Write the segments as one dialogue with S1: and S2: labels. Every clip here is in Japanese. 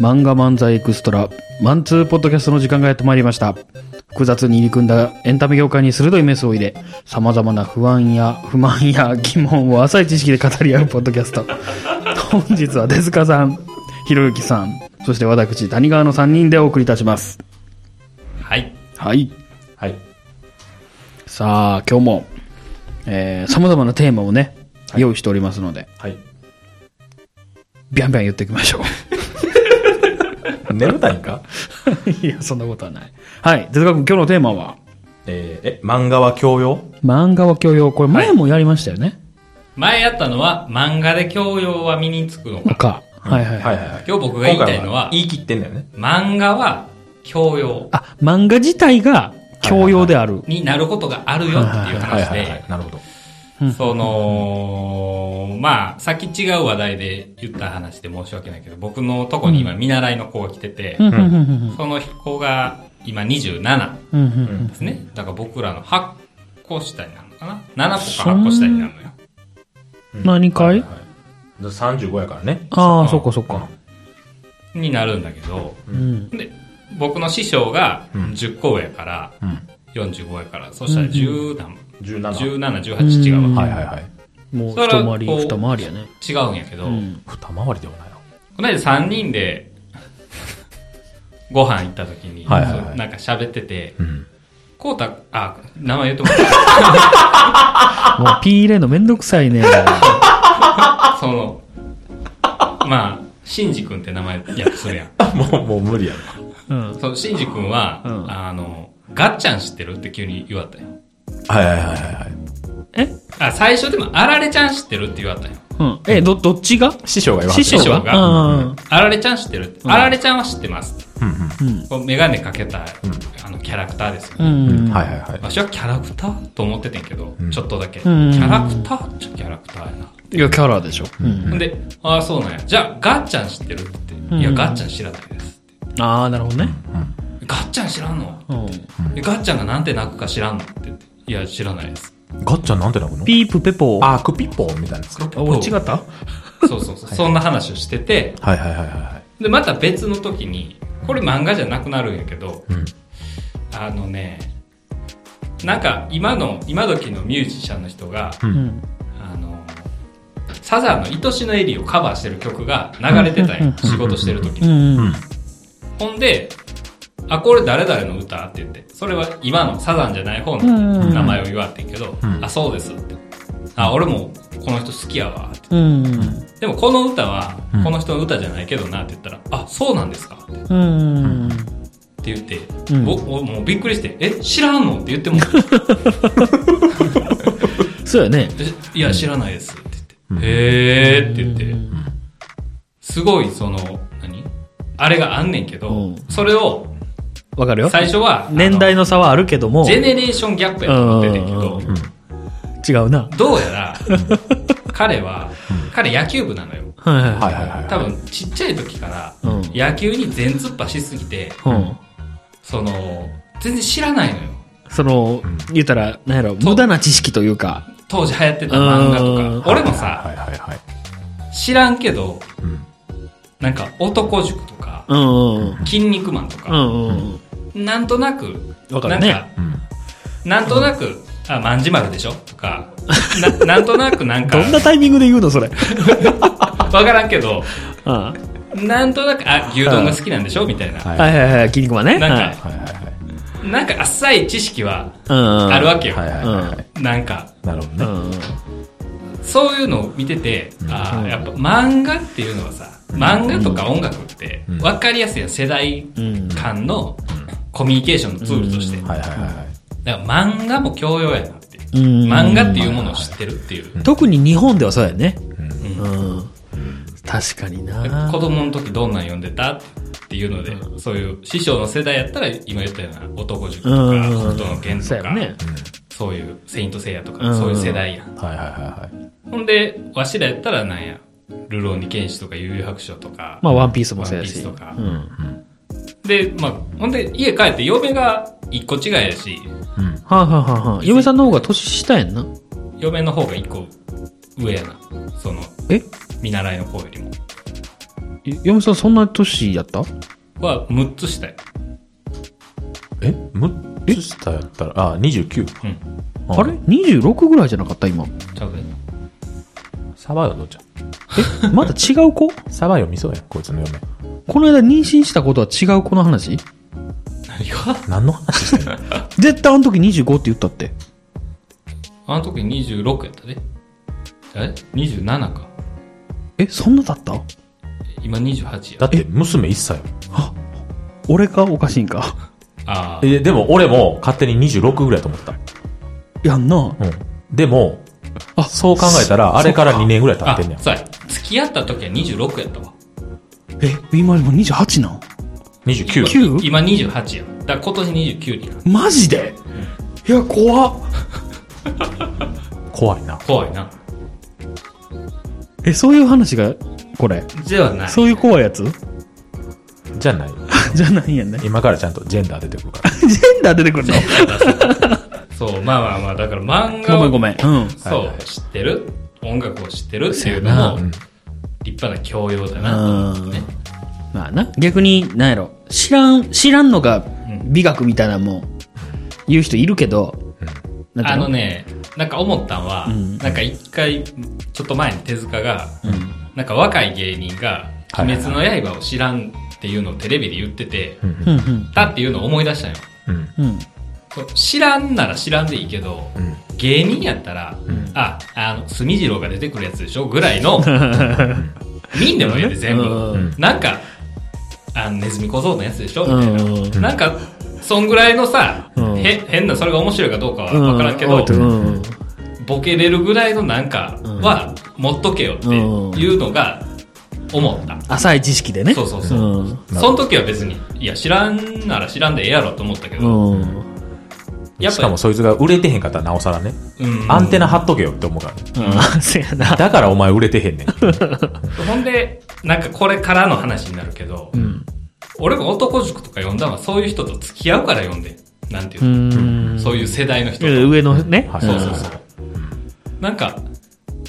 S1: 漫画漫才エクストラ、マンツーポッドキャストの時間がやってまいりました。複雑に入り組んだエンタメ業界に鋭いメスを入れ、様々な不安や不満や疑問を浅い知識で語り合うポッドキャスト。本日は手塚さん、ひろゆきさん、そして私、谷川の3人でお送りいたします。
S2: はい。
S1: はい。
S2: はい。
S1: さあ、今日も、えー、様々なテーマをね、用意しておりますので、
S2: はい。
S1: ビャンビャン言っていきましょ
S2: 寝るたいんか
S1: う。 いや、そんなことはない。はい。手塚君、今日のテーマは
S2: えーえ、漫画は教養
S1: 漫画は教養。これ前もやりましたよね。
S3: 前やったのは漫画で教養は身につくのか。
S1: か。はいはいはい。
S2: はい
S3: 今日僕が言いたいのは
S2: 今回言い切ってんだよね。
S3: 漫画は教養
S1: あ、漫画自体が教養である。
S3: になることがあるよっていう話
S2: はい
S3: で、
S2: なるほど。
S3: その、まあ、さっき違う話題で言った話で申し訳ないけど、僕のとこに今見習いの子が来てて、
S1: うんうんうん
S3: その子が今27
S1: うんうんうん
S3: ですね。だから僕らの8個下になるのかな ?7 個か8個下になるのよ。
S1: 何回
S2: はいだ35やからね。
S1: ああ、そっかそっか。
S3: になるんだけど、
S1: うん。
S3: で、僕の師匠が10個上やから、45やから、そしたら10何、
S2: 17。
S3: 17、18違うわ。
S2: はいはいはい。
S1: もう一
S3: そら
S1: 回り、
S3: こう
S1: 二回りやね。
S3: 違うんやけど、
S1: うん。
S2: 二回りではないの。
S3: この間3人で、 ご飯行った時に、
S2: はいはいはい
S3: なんか喋ってて、
S2: ん
S3: こうた、あ、名前 言うとも
S1: もう P 入れんのめんどくさ いね。
S3: その、まあ、しんじくんって名前やとするやん。
S2: もう、もう無理やろ。
S1: うん。
S3: そのしんじくんは、
S1: うん
S3: あの、ガッチャン知ってるって急に言われたよ。
S2: はいはいはいはいはい。
S1: え
S3: あ、最初でも、あられちゃん知ってるって言われたよ。
S1: うん。え、ど、どっちが
S2: 師匠が言わは
S1: 師匠
S2: る
S3: 師匠
S1: が
S3: が
S1: うん。
S3: あられちゃん知ってるって。あられちゃんは知ってます。
S1: うん
S3: こうメガネかけた、あの、キャラクターですよね。
S1: うん。
S2: はいはいはい。
S3: 私はキャラクターと思っててんけど、ちょっとだけ。キ
S1: ん
S3: ャラクターちょ、キャラクターやな。
S1: いや、キャラでしょ。うん。
S3: ほんで、ああ、そうなんや。じゃあ、ガッチャン知ってるって言って。いや、ガッチャン知らないです。
S1: ああ、なるほどね。
S3: ガッチャン知らんの
S1: うん。
S3: えガッチャンがなんて泣くか知らんのって言って。いや、知らないです。
S2: ガッチャンなんてなくの
S1: ピープペポー。あ、
S2: あー、クピッポーみたいなですか
S1: 俺違った
S3: そうそうそう。そんな話をしてて、
S2: はいはいはいはいはい。
S3: で、また別の時に、これ漫画じゃなくなるんやけど、
S2: ん
S3: あのね、なんか今の、今時のミュージシャンの人が、
S1: うん。
S3: あの、サザンの愛しのエリーをカバーしてる曲が流れてた ん
S1: うん
S3: よ。仕事してる時
S1: う
S3: に。
S1: ん。うん。
S3: ほんで、あ、これ誰々の歌って言って、それは今のサザンじゃない方
S1: うんう
S3: の
S1: んうん
S3: 名前を言われてんけど、
S2: ん
S3: あ、そうですって。あ、俺もこの人好きやわって。
S1: うん。
S3: でもこの歌は、この人の歌じゃないけどなって言ったら、あ、そうなんですかって。
S1: うん。
S3: って言って、
S1: うん
S3: ぼおもうびっくりして、え、知らんのって言っても、
S1: そうやね。
S3: えいや、知らないですって言って、へーって言って、すごいその、何あれがあんねんけど、
S1: うん
S3: それを
S1: わかるよ。
S3: 最初は、
S1: 年代
S3: の、
S1: の差はあるけども、
S3: ジェ
S1: 違
S3: ネレーションギャップやと思っててんけど、
S1: うんうんうな。
S3: どうやら、彼は、彼野球部なのよ。
S1: はいはい
S2: はいはいはいはい。
S3: 多分、ちっちゃい時から
S1: うん、
S3: 野球に全突破しすぎて、
S1: うん。
S3: その、全然知らないのよ。
S1: その、言ったら、なんやろ、無駄な知識というか。
S3: 当時流行ってた漫画
S1: うん
S3: とか。俺もさ、
S2: はいはいはい。
S3: 知らんけど、
S2: ん
S3: なんか男塾とか、
S1: うんうん。
S3: 筋肉マンと
S1: う
S3: か、
S1: んうん。
S3: なんとなく、
S1: わかるね
S3: なんか、なんとなく、あ、まんじまるでしょとか、ななんとなくなんか
S1: ど、んなタイミングで言うの、それ。
S3: わからんけど、
S1: あ
S3: なんとなく、あ、牛丼が好きなんでしょみたいな。
S2: は
S1: あはいはいはい、筋肉マンね。
S3: なんか、
S2: はいはいはい。
S3: なんか浅い知識は
S1: はい、
S3: ある
S1: わ。
S3: わけよ。
S2: はいはいはいはい。
S3: なんか、
S2: なるほ
S1: う
S2: どね。
S1: んうん。
S3: そういうのを見てて、あーやっぱ漫画っていうのはさ、漫画とか音楽って
S2: ん
S3: 分かりやすいやん世代
S1: うん
S3: 間のコミュニケーションのツールとして。
S2: はいはいはいはい。
S3: だから漫画も教養やなっていう。
S1: うん
S3: 漫画っていうものを知ってるっていう。
S1: 特に日本ではそうやね。
S3: うん
S1: うん。確かにな。
S3: 子供の時どんなん読んでたっていうので、そういう師匠の世代やったら今言ったような男塾と
S1: うん
S3: か、
S1: うんう
S3: 北
S1: ん
S3: 斗の剣
S1: そう
S3: と
S1: や
S3: か、
S1: ね。
S3: そういうセイントセイヤと
S1: うんう
S3: か、
S1: ん
S3: そういう世代やん。
S2: はいはいはいはい。
S3: ほんで、わしらやったらなんや、ルローニケンシとか悠々白書とか、
S1: まあ、ワンピースもそうやし。
S3: ワンピースとか
S1: うん。
S3: で、まあ、ほんで、家帰って嫁が一個違いやし、
S1: はあ、はあはあはあ、嫁さんの方が年下やんな。
S3: 嫁の方が一個上やな。その、
S1: え
S3: 見習いの子よりも。
S1: い嫁さんそんな年やった
S3: は、6つ下や。
S2: え6つ下やったら、あ、29。
S3: うん。
S1: あれ ?26 ぐらいじゃなかった今。
S3: ちゃうで。
S2: サバヨどうちゃう
S1: えまだ違う 子
S2: サバヨみそやん、こいつの嫁。
S1: この間妊娠したことは違う子の話
S3: 何が
S2: 何の話して んの
S1: 絶対あの時25って言ったって。
S3: あの時26やったで。え ?27 か。
S1: え、そんなだった
S3: 今28
S2: だ
S3: や。
S2: って娘1歳やもん
S1: 俺がおかしいんか。
S3: ああ。
S2: え、でも俺も勝手に26ぐらいと思った。
S1: やんな。
S2: うん。でも、
S1: あ
S2: そう考えたら、あれから2年ぐらい経っ
S3: あ
S2: てんね、や。
S3: そうや。付き合った時は26やったわ。
S1: え、今でも28なん
S2: 29。
S1: 9?
S3: 今28や。だから今年29になる。
S1: マジでいや、怖っ。
S2: 怖いな。
S3: 怖いな。
S1: え、そういう話が、これ。
S3: ではない。
S1: そういう怖いやつ
S2: じゃない。
S1: じゃないんやね。
S2: 今からちゃんとジェンダー出てくるから。
S1: ジェンダー出てく るの
S3: そう、まあまあまあ、だから漫
S1: ご
S3: 画
S1: め
S3: を
S1: んごめん。うん。
S3: そう、
S2: はいはい
S3: 知ってる音楽を知ってるっていう
S1: そ うやな
S3: のも、
S1: う
S3: 立派な教養だな。
S1: うん。まあな、逆に、なんやろ、知らん、知らんのが美学みたいなもん、言う人いるけど、なんてい
S3: あ
S1: う
S3: のね、なんか思ったんは、なんか一回、ちょっと前に手塚が、なんか若い芸人が、
S2: はいはい
S3: 鬼滅の刃を知らんっていうのをテレビで言ってて、
S1: うんうん。
S3: たっていうのを思い出したんよ。
S2: うん。
S1: うん。
S3: そう知らんなら知らんでいいけど、
S2: うん。
S3: 芸人やったら、あ、あの、炭治郎が出てくるやつでしょぐらい の、見んでもええで、全部。
S1: うん
S3: なんか、あの、ネズミ小僧のやつでしょみ
S1: う
S3: たいな。
S1: ん。
S3: なんか、そんぐらいのさ、
S1: うん
S3: へ変な、それが面白いかどうかは
S1: うん。
S3: 分からんけど、
S1: うん。
S3: ボケれるぐらいのなんかは持っとけよっていうのが思った。
S1: 浅い知識でね。
S3: そうそうそう。
S1: ん
S3: その時は別に、いや、知らんなら知らんでええやろと思ったけど、
S1: うん。
S3: やっ
S2: しか
S3: ぱ
S2: も、そいつが売れてへんかったらなおさらね、
S3: うん
S2: アンテナ張っとけよって思うからね。
S1: うん。せやな。
S2: だからお前売れてへん ねん。
S3: ほんで、なんかこれからの話になるけど、
S1: うん。
S3: 俺が男塾とか呼んだのはそういう人と付き合うから呼んでん、なんていううの、
S1: ん。
S3: そういう世代の人と。
S1: 上のね。
S2: はい
S3: そうそうそう。なんか、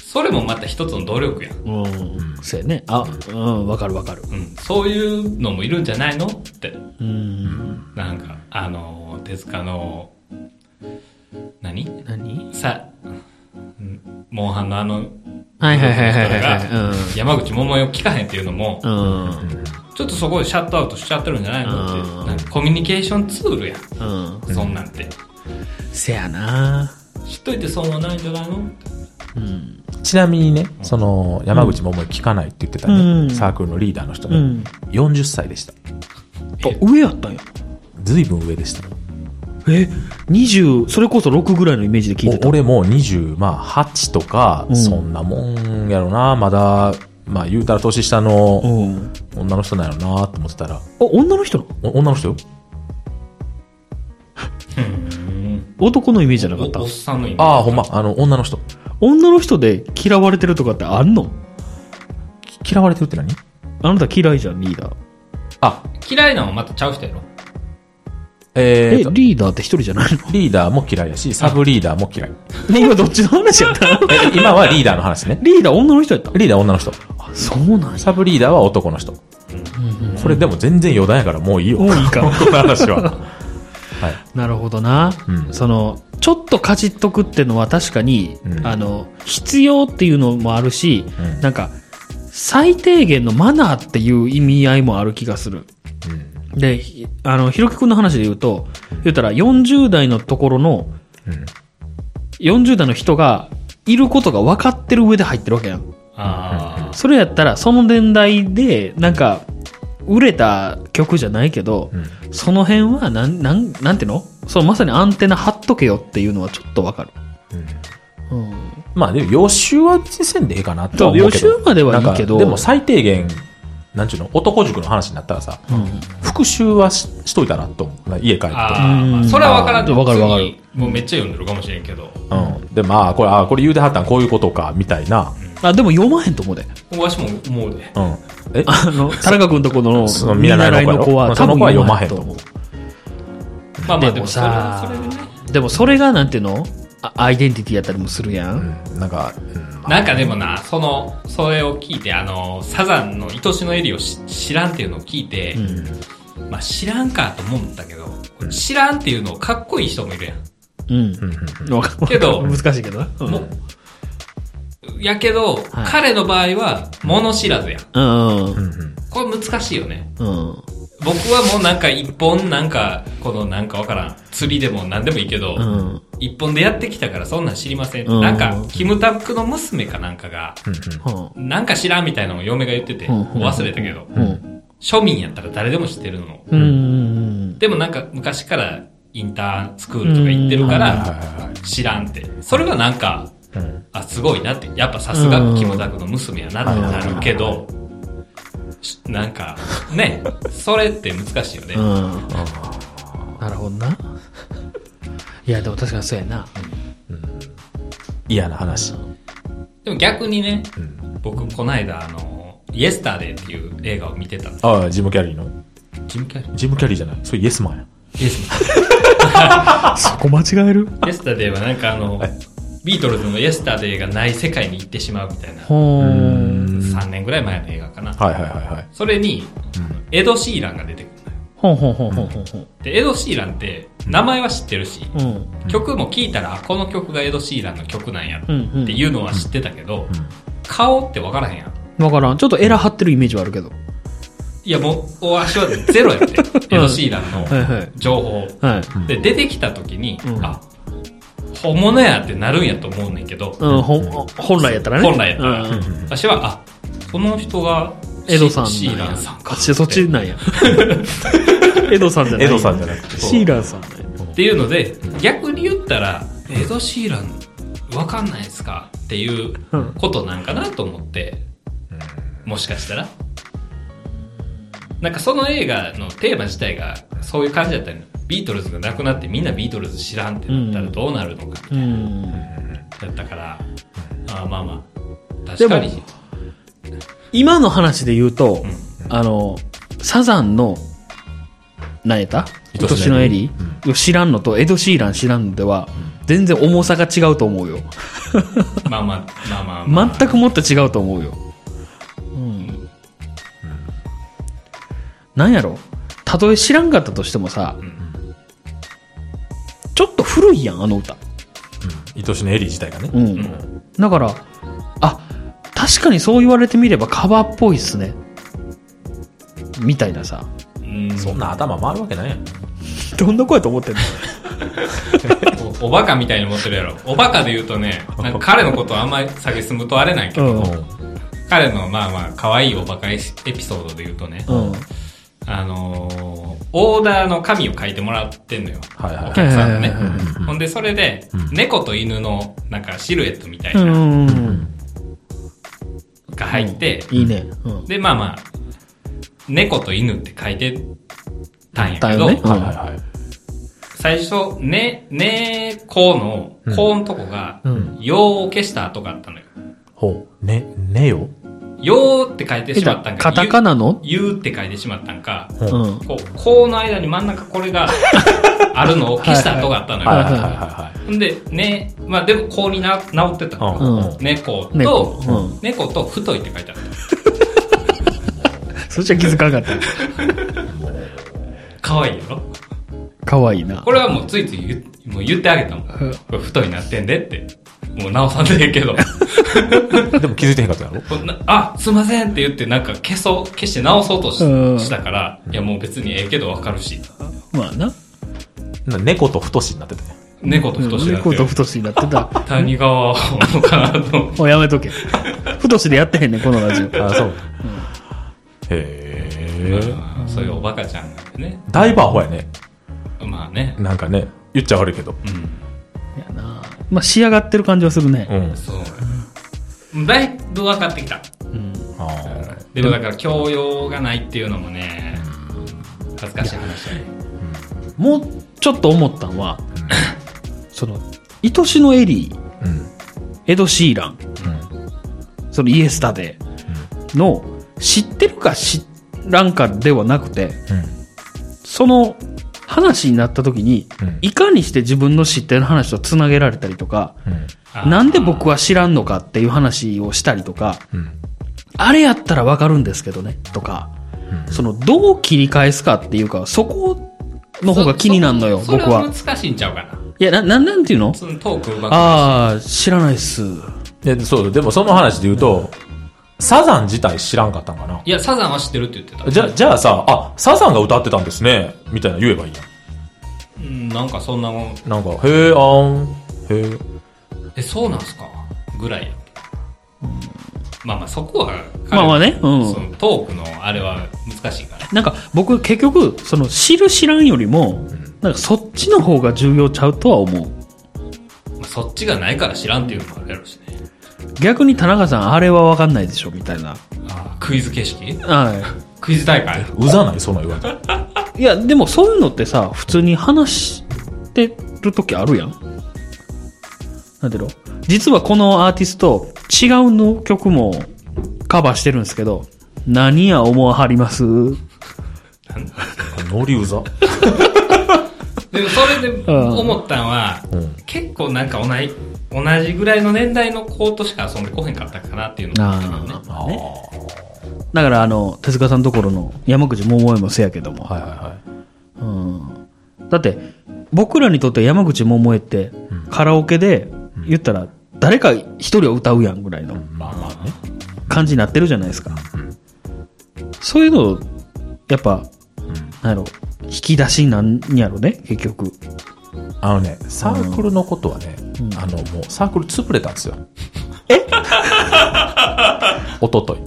S3: それもまた一つの努力やん。
S1: うん。うん。せやね。あ、うん。わかるわかる。
S3: うん、そういうのもいるんじゃないのって、
S1: うん。
S3: なんか、あのー、手塚の、何
S1: 何
S3: さ、うんモンハンのあの、
S1: はいはいはいはいはい
S3: 人が山口百恵を聞かへんっていうのも、
S1: はい。
S3: ちょっとそこでシャットアウトしちゃってるんじゃないの
S1: う
S3: っ
S1: ん
S3: て、なんかコミュニケーションツールやん、
S1: うん。うん。
S3: そんなんて。
S1: せやな。
S3: 知っといて損はないんじゃないのって
S1: うん。
S2: ちなみにね、その、山口百恵聞かないって言ってた
S1: う
S2: ね、
S1: ん
S2: サークルのリーダーの人
S1: う
S2: ね
S1: ん、
S2: 40歳でし
S1: あ、
S2: た。
S1: 上やったんや。
S2: ずいぶん上でした。
S1: え、20、それこそ6ぐらいのイメージで聞いて
S2: もう
S1: た。
S2: 俺も28、まあ、8とか、そんなもんやろな、まだ、まあ言うたら年下の
S1: うん。
S2: 女の人なんやろなと思ってたら、
S1: あ、女の人なの
S2: お女の人よ
S1: 男のイメージじゃなかった
S3: おおっさんの意味。
S2: ああ、ほんま、あの、女の人。
S1: 女の人で嫌われてるとかってあんの
S2: き嫌われてるって何
S1: あなた嫌いじゃん、リーダー。
S2: あ、
S3: 嫌いなのはまたちゃう人やろ。
S2: え
S1: え
S2: ー、と、
S1: リーダーって一人じゃないの
S2: リーダーも嫌いやし、サブリーダーも嫌い。
S1: ね 今どっちの話やった
S2: え今はリーダーの話ね。
S1: リーダー女の人やった
S2: リーダーは女の人。
S1: あ、そうなんや。
S2: サブリーダーは男の人。これでも全然余談やからもういいよ。
S1: もういいか
S2: 本当の話は。 はい。
S1: なるほどな。
S2: うん
S1: その、ちょっとかじっとくってのは確かに、
S2: うん
S1: あの、必要っていうのもあるし、
S2: うん
S1: なんか、最低限のマナーっていう意味合いもある気がする。
S2: うん
S1: で、ひあの、ひろきくんの話で言うと、言ったら40代のところの、
S2: うん
S1: 40代の人がいることが分かってる上で入ってるわけやん。
S3: あ
S1: それやったら、その年代で、なんか、売れた曲じゃないけど、
S2: うん
S1: その辺は、なん、なん、なんていうのそう、まさにアンテナ張っとけよっていうのはちょっとわかる。
S2: うん
S1: うん。
S2: まあでも予習は実践でええかなとは思うけど。
S1: そう予習まではいい
S2: なんか
S1: けど
S2: でも最低限、なんちゅうの、男塾の話になったらさ、
S1: うん。
S2: 復習はししといたなと思う。家帰っ
S3: あ。
S2: て。
S3: ああ、ま
S1: う
S3: あ、
S1: ん
S3: それは分からん
S1: あーわかるわかる
S3: 普通にもうめっちゃ読んでるかもしれんけど。
S2: うん。で、まあ、これ、ああ、これ言うてはったんこういうことか、みたいな。
S1: あ、でも読まへんと思うで。
S3: わしも思うで。
S2: うん。え、
S1: あの、田中君とこの、
S2: その見習いの子は
S1: 見習いの子は多分
S2: その子は
S1: 読
S2: 読
S1: ま
S2: ま
S1: へん
S2: へん
S1: と
S2: と
S1: 思
S2: 思
S1: う。
S3: まあまあ、
S1: で
S3: で
S1: も
S3: もそれは
S1: さ
S3: それでね。
S1: でもそれがなんていうのあアイデンティティやったりもするやん。
S2: うん、なんか、うん
S3: なんかでもな、その、それを聞いて、あの、サザンの愛しのエリをし知らんっていうのを聞いて、まあ知らんかと思ったけど、知らんっていうのをかっこいい人もいるやん。
S1: うん。わか
S3: けど
S1: 難しいけどな。うん。
S3: もやけど、
S1: い
S3: 彼の場合は物知らずやん。
S1: うん。うん。
S3: これ難しいよね。
S1: うん。
S3: 僕はもうなんか一本なんか、このなんかわからん、釣りでも何でもいいけど、
S1: うん。
S3: 一本でやってきたからそんなん知りません。
S1: うん
S3: なんか、キムタクの娘かなんかが、
S1: は
S3: なんか知らんみたいなのを嫁が言ってて、
S1: うんうん
S3: 忘れたけど、
S1: あうん。
S3: 庶民やったら誰でも知ってるの。
S1: うん。うん。
S3: でもなんか昔からインターンスクールとか行ってるか
S2: はい
S3: ら、
S2: はいはい
S3: 知らんって。それがなんか、
S2: うん
S3: あ、すごいなって。やっぱさすがキムタクの娘やなってなるけど、しなんか、ね、それって難しいよね。
S1: うん。なるほどな。いや、でも確かにそうやな。
S2: 嫌な話。
S3: でも逆にね、
S2: ん
S3: 僕こないだあの、イエスターデーっていう映画を見てたの。
S2: ああ、ジム・キャリーの
S3: ジムキャリー
S2: ジム・キャリーじゃない。それイエスマンや。
S3: イエスター
S1: そこ間違える
S3: デー。イエスターデーはなんかあの、ビートルズのイエスターデーがない世界に行ってしまうみたいな、
S1: ほーん。
S3: 3年ぐらい前の映画かな。
S2: はいはいはいはい。
S3: それに、エド・シーランが出てくるのよ。
S1: ほんほんほんほんほんほん。
S3: で、エド・シーランって、名前は知ってるし、
S1: うん。
S3: 曲も聴いたら、あこの曲がエド・シーランの曲なんやっ
S1: う
S3: て
S1: んうん。
S3: いうのは知ってたけど、
S2: ん
S3: 顔ってわからへんやん。
S1: わからん。ちょっとエラ張ってるイメージはあるけど。
S3: いや、もう、お足はゼロやって、エド・シーランの
S1: はいはい。
S3: 情報。
S1: はい。
S3: で、出てきた時に、
S1: うん
S3: あ、本物やってなるんやと思うねんけど、
S1: うん、ほん本来やったらね。
S3: 本来やったら
S1: うんうん
S3: 私は、あ、この人が、
S1: エドさんなんや。
S3: シーランさん
S1: あ
S3: か。
S1: 違うそっちなんや。エドさんじゃない。
S2: エドさんじゃなくて。
S1: シーランさんなんや。
S3: っていうので、逆に言ったら、エド・シーラン、わかんないですかっていうことなんかなと思って、もしかしたら。なんかその映画のテーマ自体がそういう感じだったの。ビートルズがなくなってみんなビートルズ知らんってなったらどうなるのか、
S1: うん。
S3: だったから、あーまあまあ、
S1: でも
S3: 確かに。
S1: 今の話で言うと、
S3: ん
S1: あの、サザンの、何やった今
S2: 愛し
S1: 年
S2: の
S1: の
S2: エ
S1: エ
S2: リ
S1: リー、知らんのと、エド・シーラン知らんのでは、全然重さが違うと思うよ。
S3: まあまあ、まあまあ、まあ。
S1: 全くもっと違うと思うよ。うん。なんやろたとえ知らんかったとしてもさ、ちょっと古いやん、あの歌。
S2: 愛しのエリー自体がね。
S1: うん。だから、あ、確かにそう言われてみればカバーっぽいっすね。みたいなさ。
S3: うん
S2: そんな頭回るわけないやん。
S1: どんな声と思ってんの
S3: おおバカみたいに持ってるやろ。おバカで言うとね、なんか彼のことあんまり下げすむとあれないけど、
S1: うん
S3: 彼のまあまあ可愛いおバカエピソードで言うとね、
S1: うん。
S3: あのーオーダーの紙を書いてもらってんのよ。
S2: はいはい
S3: お客さんのね
S1: はいはいはいはい。
S3: ほんで、それで、猫と犬のなんかシルエットみたいうなの
S1: ん。
S3: が入って、
S1: いいね。うん。
S3: で、まあまあ、猫と犬って書いてたんやけど、
S1: だよね
S2: はいはいはい。
S3: 最初、ね、猫の、このとこが、用を消した跡があったのよ。
S2: ほう。ね、ねよ。
S3: よーって書いてしまったんか。
S1: カタカナの
S3: ゆゆうって書いてしまったんか。
S2: う
S1: うん。
S2: はい
S3: こう、こうの間に真ん中これがあるのを消した跡があったのよ。
S2: はいはいは
S3: ほんで、ね、まあでもこうにな直ってた
S2: いは
S3: の。
S2: い。うん。
S1: う
S3: 猫と、
S1: 猫
S3: 猫,、
S1: うん
S3: と太いって書いてあった。
S1: そっちは気づかなかった。
S3: かわいいやろ
S1: かわいいな
S3: こ。れはもうついつい言うもう言ってあげたもん。
S1: ん
S3: これ太いなってんでって。もう直さんでええけど。
S2: でも気づいてへんかったやろ
S3: こんなあ、すいませんって言ってなんか消そう、消して直そうとし
S1: うん
S3: したから、いやもう別にええけどわかるし。
S1: まあな。
S2: な猫と太しになってて。
S3: 猫と
S1: うん
S3: 太しだっ
S1: 猫
S3: て
S1: と。太しになってた。
S3: 谷川なのかなと思って。
S1: もうやめとけ。太しでやってへんねん、このラジオ。
S2: あ、そう。へえ。
S3: うんそういうおバカちゃんなんでね。
S2: だいぶアホやね。
S3: まあね。
S2: なんかね、言っちゃ悪いけど。
S3: うん。
S1: やなまあ仕上がってる感じはするね
S2: う。ん。
S3: そう。だいぶ分かってきた。
S1: うん。
S2: あ
S3: でもだから教養がないっていうのもね、恥ずかしい話だね。
S1: もうちょっと思ったんは、その、愛しのエリー、
S2: ーうん。
S1: エド・シーラン、そのイエスタデーの、知ってるか知らんかではなくて、
S2: うん。
S1: その話になった時に、
S2: うん
S1: いかにして自分の知ってる話とつなげられたりとか、
S2: うん
S3: あー
S1: なんで僕は知らんのかっていう話をしたりとか、
S2: うん
S1: あれやったらわかるんですけどね、とか、その、どう切り返すかっていうか、そこの方が気になるのよ、
S3: そそ
S1: 僕
S3: それ
S1: は。
S3: 難しいんちゃうかな。
S1: いや、な、なん、なんていうの
S3: そのトークうまく。
S1: ああ、知らないっす。
S2: でそう、でもその話で言うと、サザン自体知らんかったんかない
S3: や、サザンは知ってるって言ってた。
S2: じゃ、じゃあさ、あ、サザンが歌ってたんですね、みたいな言えばいいや
S3: うんなんかそんなもん、
S2: ん。なんか、へえ、あーん、へえ、
S3: え、そうなんすかぐらいやった。まあまあ、そこは、
S1: まあまあね、う
S3: そ
S1: ん。
S3: のトークのあれは難しいから。
S1: なんか、僕、結局、その、知る知らんよりも、なんか、そっちの方が重要ちゃうとは思う。
S3: まあそっちがないから知らんっていうのもあるやろうしね。
S1: 逆に田中さん、あれはわかんないでしょ、みたいな。
S3: あークイズ形式
S1: は
S3: クイズ大会
S2: うざない、そんなん言われたら。
S1: い。いや、でも、そういうのってさ、普通に話してる時あるやん。なんていうの実はこのアーティスト、違うの曲もカバーしてるんですけど、何や思わはります
S2: ノリう ざ。
S3: でもそれで思ったんは、
S2: うん
S3: 結構なんか同じ、同じぐらいの年代の子としか遊んでこへんかったかなっていうのがあったけどね。
S2: ああ、
S1: だからあの、手塚さんところの山口百恵もせやけども。
S2: はいはいはい。
S1: うん。だって、僕らにとって山口百恵って、カラオケで、言ったら、誰か一人は歌うやんぐらいの
S2: まあまあね。
S1: 感じになってるじゃないですか。そういうのを、やっぱ、なんやろ、引き出しなんやろね、結局。
S2: あのね、サークルのことはね、あの、もうサークル潰れたんですよ。え おととい。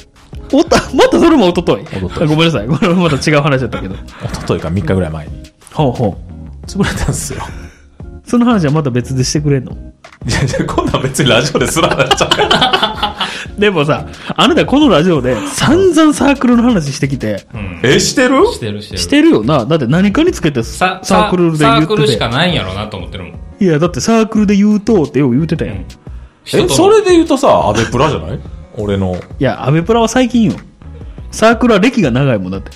S1: おった、またそれもおととい。
S2: 一昨
S1: ご
S2: 日
S1: めんなさい。これもまた違う話だったけど。
S2: おとといか3日ぐらい前に。
S1: ほうほ
S2: 潰れたんですよ。
S1: う。その話はまた別でしてくれんの
S2: いやいや、今度は別にラジオですらなっちゃう から。
S1: でもさ、あなたこのラジオで散々サークルの話してきて、
S3: うん。
S2: え、してる
S3: してるしてる。
S1: してるよな。だって何かにつけて
S3: さ
S1: サークルで
S3: サ
S1: 言
S3: ーク
S1: って
S3: ル
S1: て
S3: しかないんやろうなと思ってるもん。
S1: いや、だってサークルで言うとってよう言うてたやん。
S3: うん
S1: い
S2: え、それで言うとさ、アベプラじゃない 俺の。
S1: や、アベプラは最近よ。サークルは歴が長いもんだって。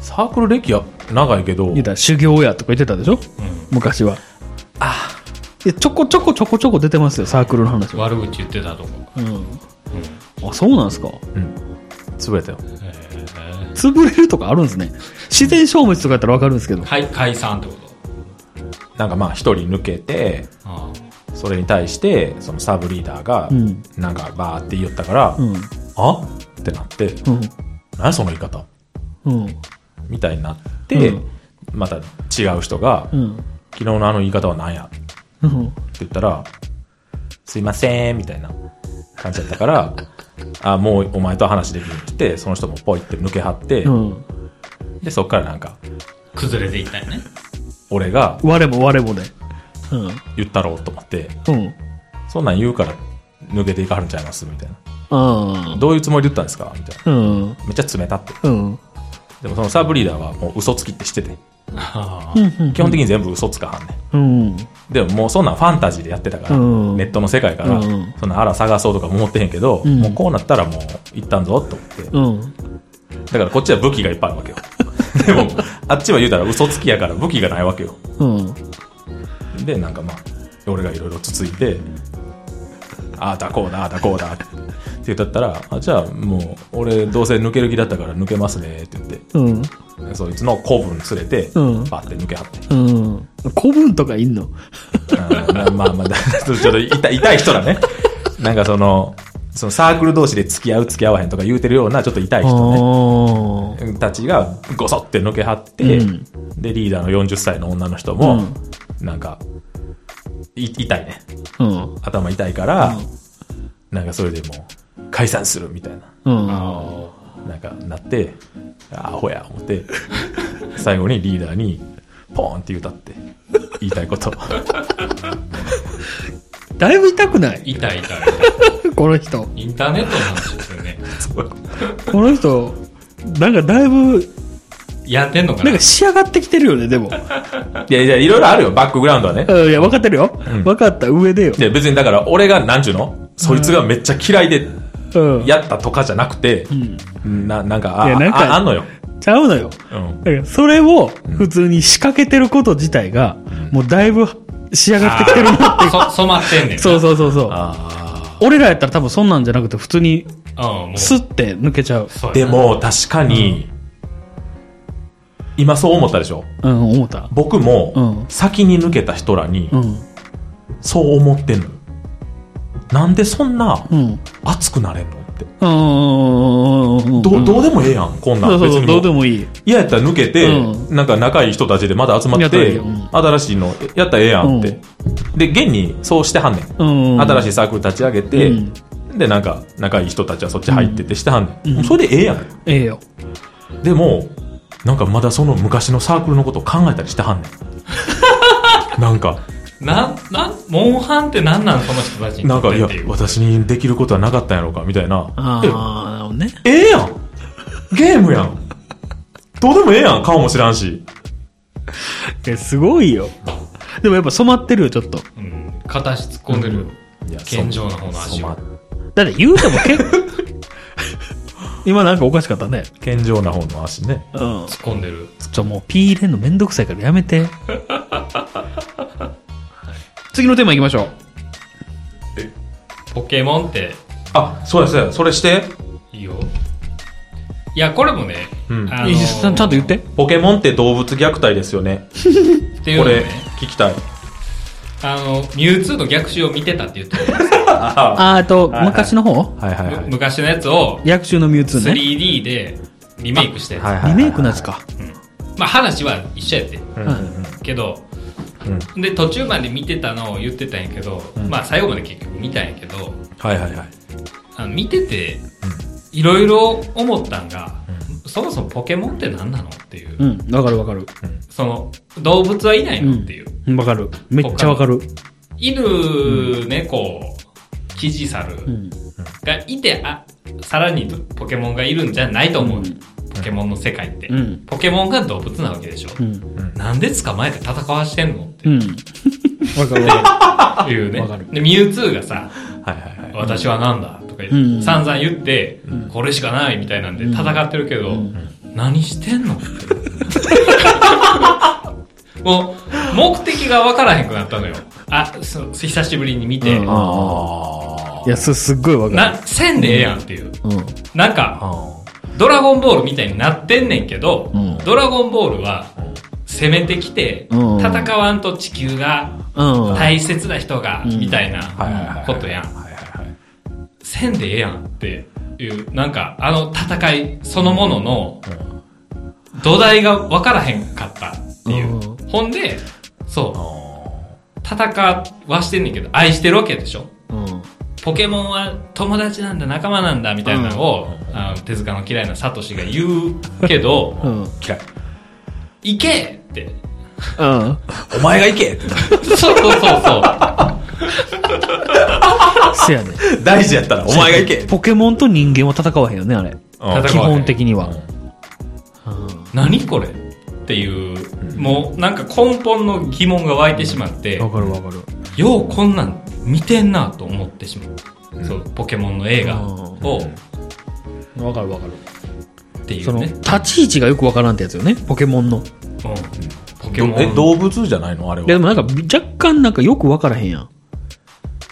S2: サークル歴は長いけど
S1: 言う、たら修行やとか言ってたでしょ、昔は。あちょこちょこちょこちょこ出てますよ、サークルの話は。
S3: 悪口言ってたとこ。
S1: あ、そうなんですか。
S2: 潰れたよ。
S1: 潰れるとかあるんですね。自然消滅とかやったらわかるんですけど。
S3: 解解散ってこと
S2: なんかまあ一人抜けて、
S3: あ
S2: それに対して、そのサブリーダーが
S1: うん、
S2: なんかバーって言いよったから、
S1: うん。
S2: あってなって、
S1: う
S2: 何その言い方
S1: ん。うん。
S2: みたいになって、
S1: うん
S2: また違う人が、
S1: うん。
S2: 昨日のあの言い方は何やって
S1: うん。
S2: 言ったら、すいません、みたいな感じだったから、あ、もうお前とは話できるって言って、その人もポイって抜けはって、
S1: うん。
S2: で、そっからなんか、
S3: あ崩れていったよね。
S2: 俺が
S1: 我も我もね。うん。
S2: 言ったろうと思って、
S1: うん。
S2: そんなん言うから抜けていかはるんちゃいますみたいな。
S1: あ
S2: どういうつもりで言ったんですかみたいな。
S1: あ。うん。
S2: めっちゃ冷たって。
S1: うん。
S2: でもそのサーブリーダーはもう嘘つきってしてて。基本的に全部嘘つかはんね
S1: うん。
S2: ん。でももうそんなんファンタジーでやってたから、
S1: うん
S2: ネットの世界から、
S1: うん
S2: そんなんあら探そうとかも思ってへんけど、
S1: うん
S2: もうこうなったらもう一旦ぞと思って。
S1: うん。
S2: だからこっちは武器がいっぱいあるわけよ。でも、あっちは言うたら嘘つきやから武器がないわけよ。
S1: うん。
S2: で、なんかまあ、俺がいろいろつついて、ああだこうだ、ああだこうだって言ったったら、あじゃあもう、俺どうせ抜ける気だったから抜けますねって言って、
S1: うん。
S2: そいつの子分連れて、
S1: うん
S2: バッて抜けはっ
S1: う
S2: て。
S1: ん。古文とかいんの
S2: あーまあまあ、 だちょっと痛い痛い人らね。なんかその、そのサークル同士で付き合う付き合わへんとか言うてるようなちょっと痛い人ね。
S1: あ
S2: たちがごそって抜けはって、
S1: うん
S2: でリーダーの40歳の女の人も、
S1: うん
S2: なんかい痛いね
S1: あ。うん。
S2: 頭痛いから、なんかそれでもう解散するみたい
S1: う
S2: な
S1: ん。
S2: なんかなってアホや思って最後にリーダーにポーンって歌って言いたいこと
S1: だいぶ痛くない
S3: いたいた。
S1: この人。
S3: インターネットの話ですよね。
S1: この人、なんかだいぶ、
S3: やってんのか
S1: な
S3: なん
S1: か仕上がってきてるよね、でも。
S2: いやいやいろいろあるよバックグラウンドはね
S1: うん、いや、分かってるよ。分かった上でよ。
S2: で別にだから俺がなんちゅうのそいつがめっちゃ嫌いで
S1: うん
S2: やったとかじゃなくて、ななんか、あ
S1: いやなんか
S2: ああんのよ。
S1: ちゃうのよ。
S2: うん
S1: だからそれを普通に仕掛けてること自体が、もうだいぶ仕上がってきてるなっていう
S3: そ 染まってんねん。
S1: そうそうそうそう。
S2: あ
S1: 俺らやったら多分そんなんじゃなくて普通に
S3: うん、もう。
S1: スッて抜けちゃう。
S3: そう
S2: ー
S3: や
S2: で
S3: な、
S2: も、確かに、今そう思ったでしょ
S1: うん、思った。
S2: 僕も
S1: う、ん
S2: 先に抜けた人らに
S1: う、ん。
S2: そう思ってんのよ。なんでそんな
S1: う、ん。
S2: 熱くなれんのって。
S1: うん。うん。
S2: どうどうでもええやん、こんなん。
S1: そうそうそ
S2: 別に
S1: う、
S2: も
S1: ど
S2: う
S1: うでもいい。
S2: 嫌やったら抜けて、
S1: う
S2: なんか仲いい人たちでまだ集ま
S1: や
S2: っ
S1: ったら
S2: て、
S1: いいようん
S2: 新しいのやったらええやんって、で現にそうしてはんねん、
S1: うん。
S2: 新し
S1: い。
S2: いサークル立ち上げて、
S1: うん
S2: でなんか仲いい人たちはそっち入っててしてはんねん、
S1: うん
S2: もうそれでええやん
S1: ええよ。
S2: でもなんかまだその昔のサークルのことを考えたりしてはんね んなんか
S3: なん、なん、モンハンってなんなんその人たちに
S2: な
S3: と
S2: ん
S3: って
S2: かいや
S3: っていう
S2: 私にできることはなかったんやろうかみたいな
S1: ああ、なるほどね。
S2: えええやんゲームやんどうでもええやん顔も知らんし
S1: え、すごいよ。でもやっぱ染まってるよ、ちょっと。
S3: うん、片足突っ込んでる。
S2: いやそ
S3: 健常な方の足
S2: そま
S3: を。
S1: だって言うても結構。今なんかおかしかったね。
S2: 健常な方の足ね
S1: うん。
S3: 突っ込んでる。
S1: ちょ、もうピー入れんのめんどくさいからやめて。 次のテーマ行きましょう。
S3: ポケモンって
S2: あ、そうやそうや、それして。
S3: いいよ。いや、これもね、
S2: うん
S3: あのー
S1: いいですちゃんちゃんと言って。
S2: ポケモンって動物虐待ですよね。
S3: っていう
S2: こ
S3: の
S2: れ
S3: ね、、
S2: 聞きたい。
S3: あの、ミュウツーの逆襲を見てたって言ってた
S2: あ
S1: あーあと、
S2: はいはい
S1: 昔の方
S2: はいはいはい。
S3: 昔のやつを
S1: 逆襲のミュウツーね。
S3: 3D でリメイクして、
S2: はいはいはい
S1: リメイクのやつか。
S3: まあ話は一緒やって
S2: うん
S1: はい
S3: けど、
S2: うん
S3: で途中まで見てたのを言ってたんやけど、まあ最後まで結局見たんやけど
S2: はいはいはい。
S3: あの見てていろいろ思ったんが、そもそもポケモンって何なのっていう、
S1: うん、わかるわかる。
S3: その動物はいないのっていう、
S1: うんわかる。めっちゃわかる。
S3: 犬猫キジサル
S1: うん。
S3: がいてあさらにポケモンがいるんじゃないと思う、ポケモンの世界って、
S1: うん
S3: ポケモンが動物なわけでしょ、
S1: うん。
S3: なんで捕まえて戦わしてんのって
S1: うん。わかるわか
S3: いうね
S1: わかる。
S3: で、ミュウツーがさ、
S2: はいはいはい。
S3: 私はなんだとか言っ
S1: うん
S3: て、散々言って、これしかないみたいなんで戦ってるけど、何してんのもう、目的がわからへんくなったのよ。あ、そう久しぶりに見て、
S1: うん
S2: あ
S1: る。いや、す、すっごいわか
S3: な、せんでええやんっていう。
S1: る。うん。
S3: なんか、
S2: あ。
S3: ドラゴンボールみたいになってんねんけど、
S1: うん
S3: ドラゴンボールは、攻めてきて、
S1: うん
S3: 戦わんと地球が
S1: うん。
S3: 大切な人が、
S1: ん。
S3: みたい
S2: はいはいはいは
S3: ないことやん。
S2: はいはいはい。
S3: せんでええやんっていう、なんか、あの戦いそのものの土台が分からへんかったっていううんほんで、そ
S2: あ
S3: う、戦はしてんねんけど、愛してるわけでしょ
S1: うん。
S3: ポケモンは友達なんだ、仲間なんだ、みたいなのを、あの手塚の嫌いなサトシが言うけど、
S1: うん。うん。
S2: ー嫌い。
S3: 行けって。
S2: お前が行 け
S3: そうそうそうそう。
S1: せやね。
S2: 大事やったら、お前が行け
S1: ポケモンと人間は戦わへんよね、あれ。
S2: うん
S1: 基本的には。
S3: 何これっていう、もうなんか根本の疑問が湧いてしまって、
S1: わかるわかる。
S3: ようこんなん見てんなと思ってしまう。そう、ポケモンの映画を、
S1: わかるわかる。
S3: ってい
S1: そうの、
S3: ね。
S1: 立ち位置がよくわからんってやつよね、ポケモンの。
S3: うんポケ
S2: ど
S3: モン。
S2: え、動物じゃないのあれ
S1: いや、で
S2: は。
S1: もなんか、若干なんかよくわからへんやん。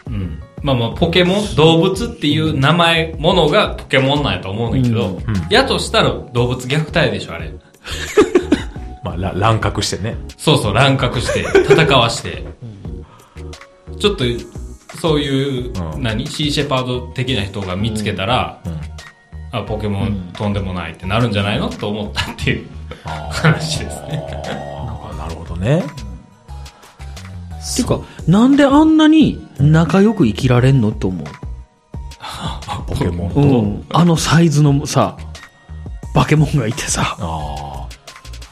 S3: うんまあまあ、ポケモン、動物っていう名前、ものがポケモンなんやと思うねんだけど、やとしたら動物虐待でしょ、あれ。
S2: まあ、ら乱獲してね。
S3: そうそう、乱獲して、戦わして。ちょっと、そういう、
S2: うん
S3: 何シーシェパード的な人が見つけたら、あ、ポケモンとんでもないってなるんじゃないのと思ったっていう話ですね。
S2: あーなるほどね。
S1: ていうか、なんであんなに仲良く生きられんのと思う。
S2: ポケモン
S1: う
S2: と。
S1: ん。あのサイズのさ、バケモンがいてさ。
S2: あ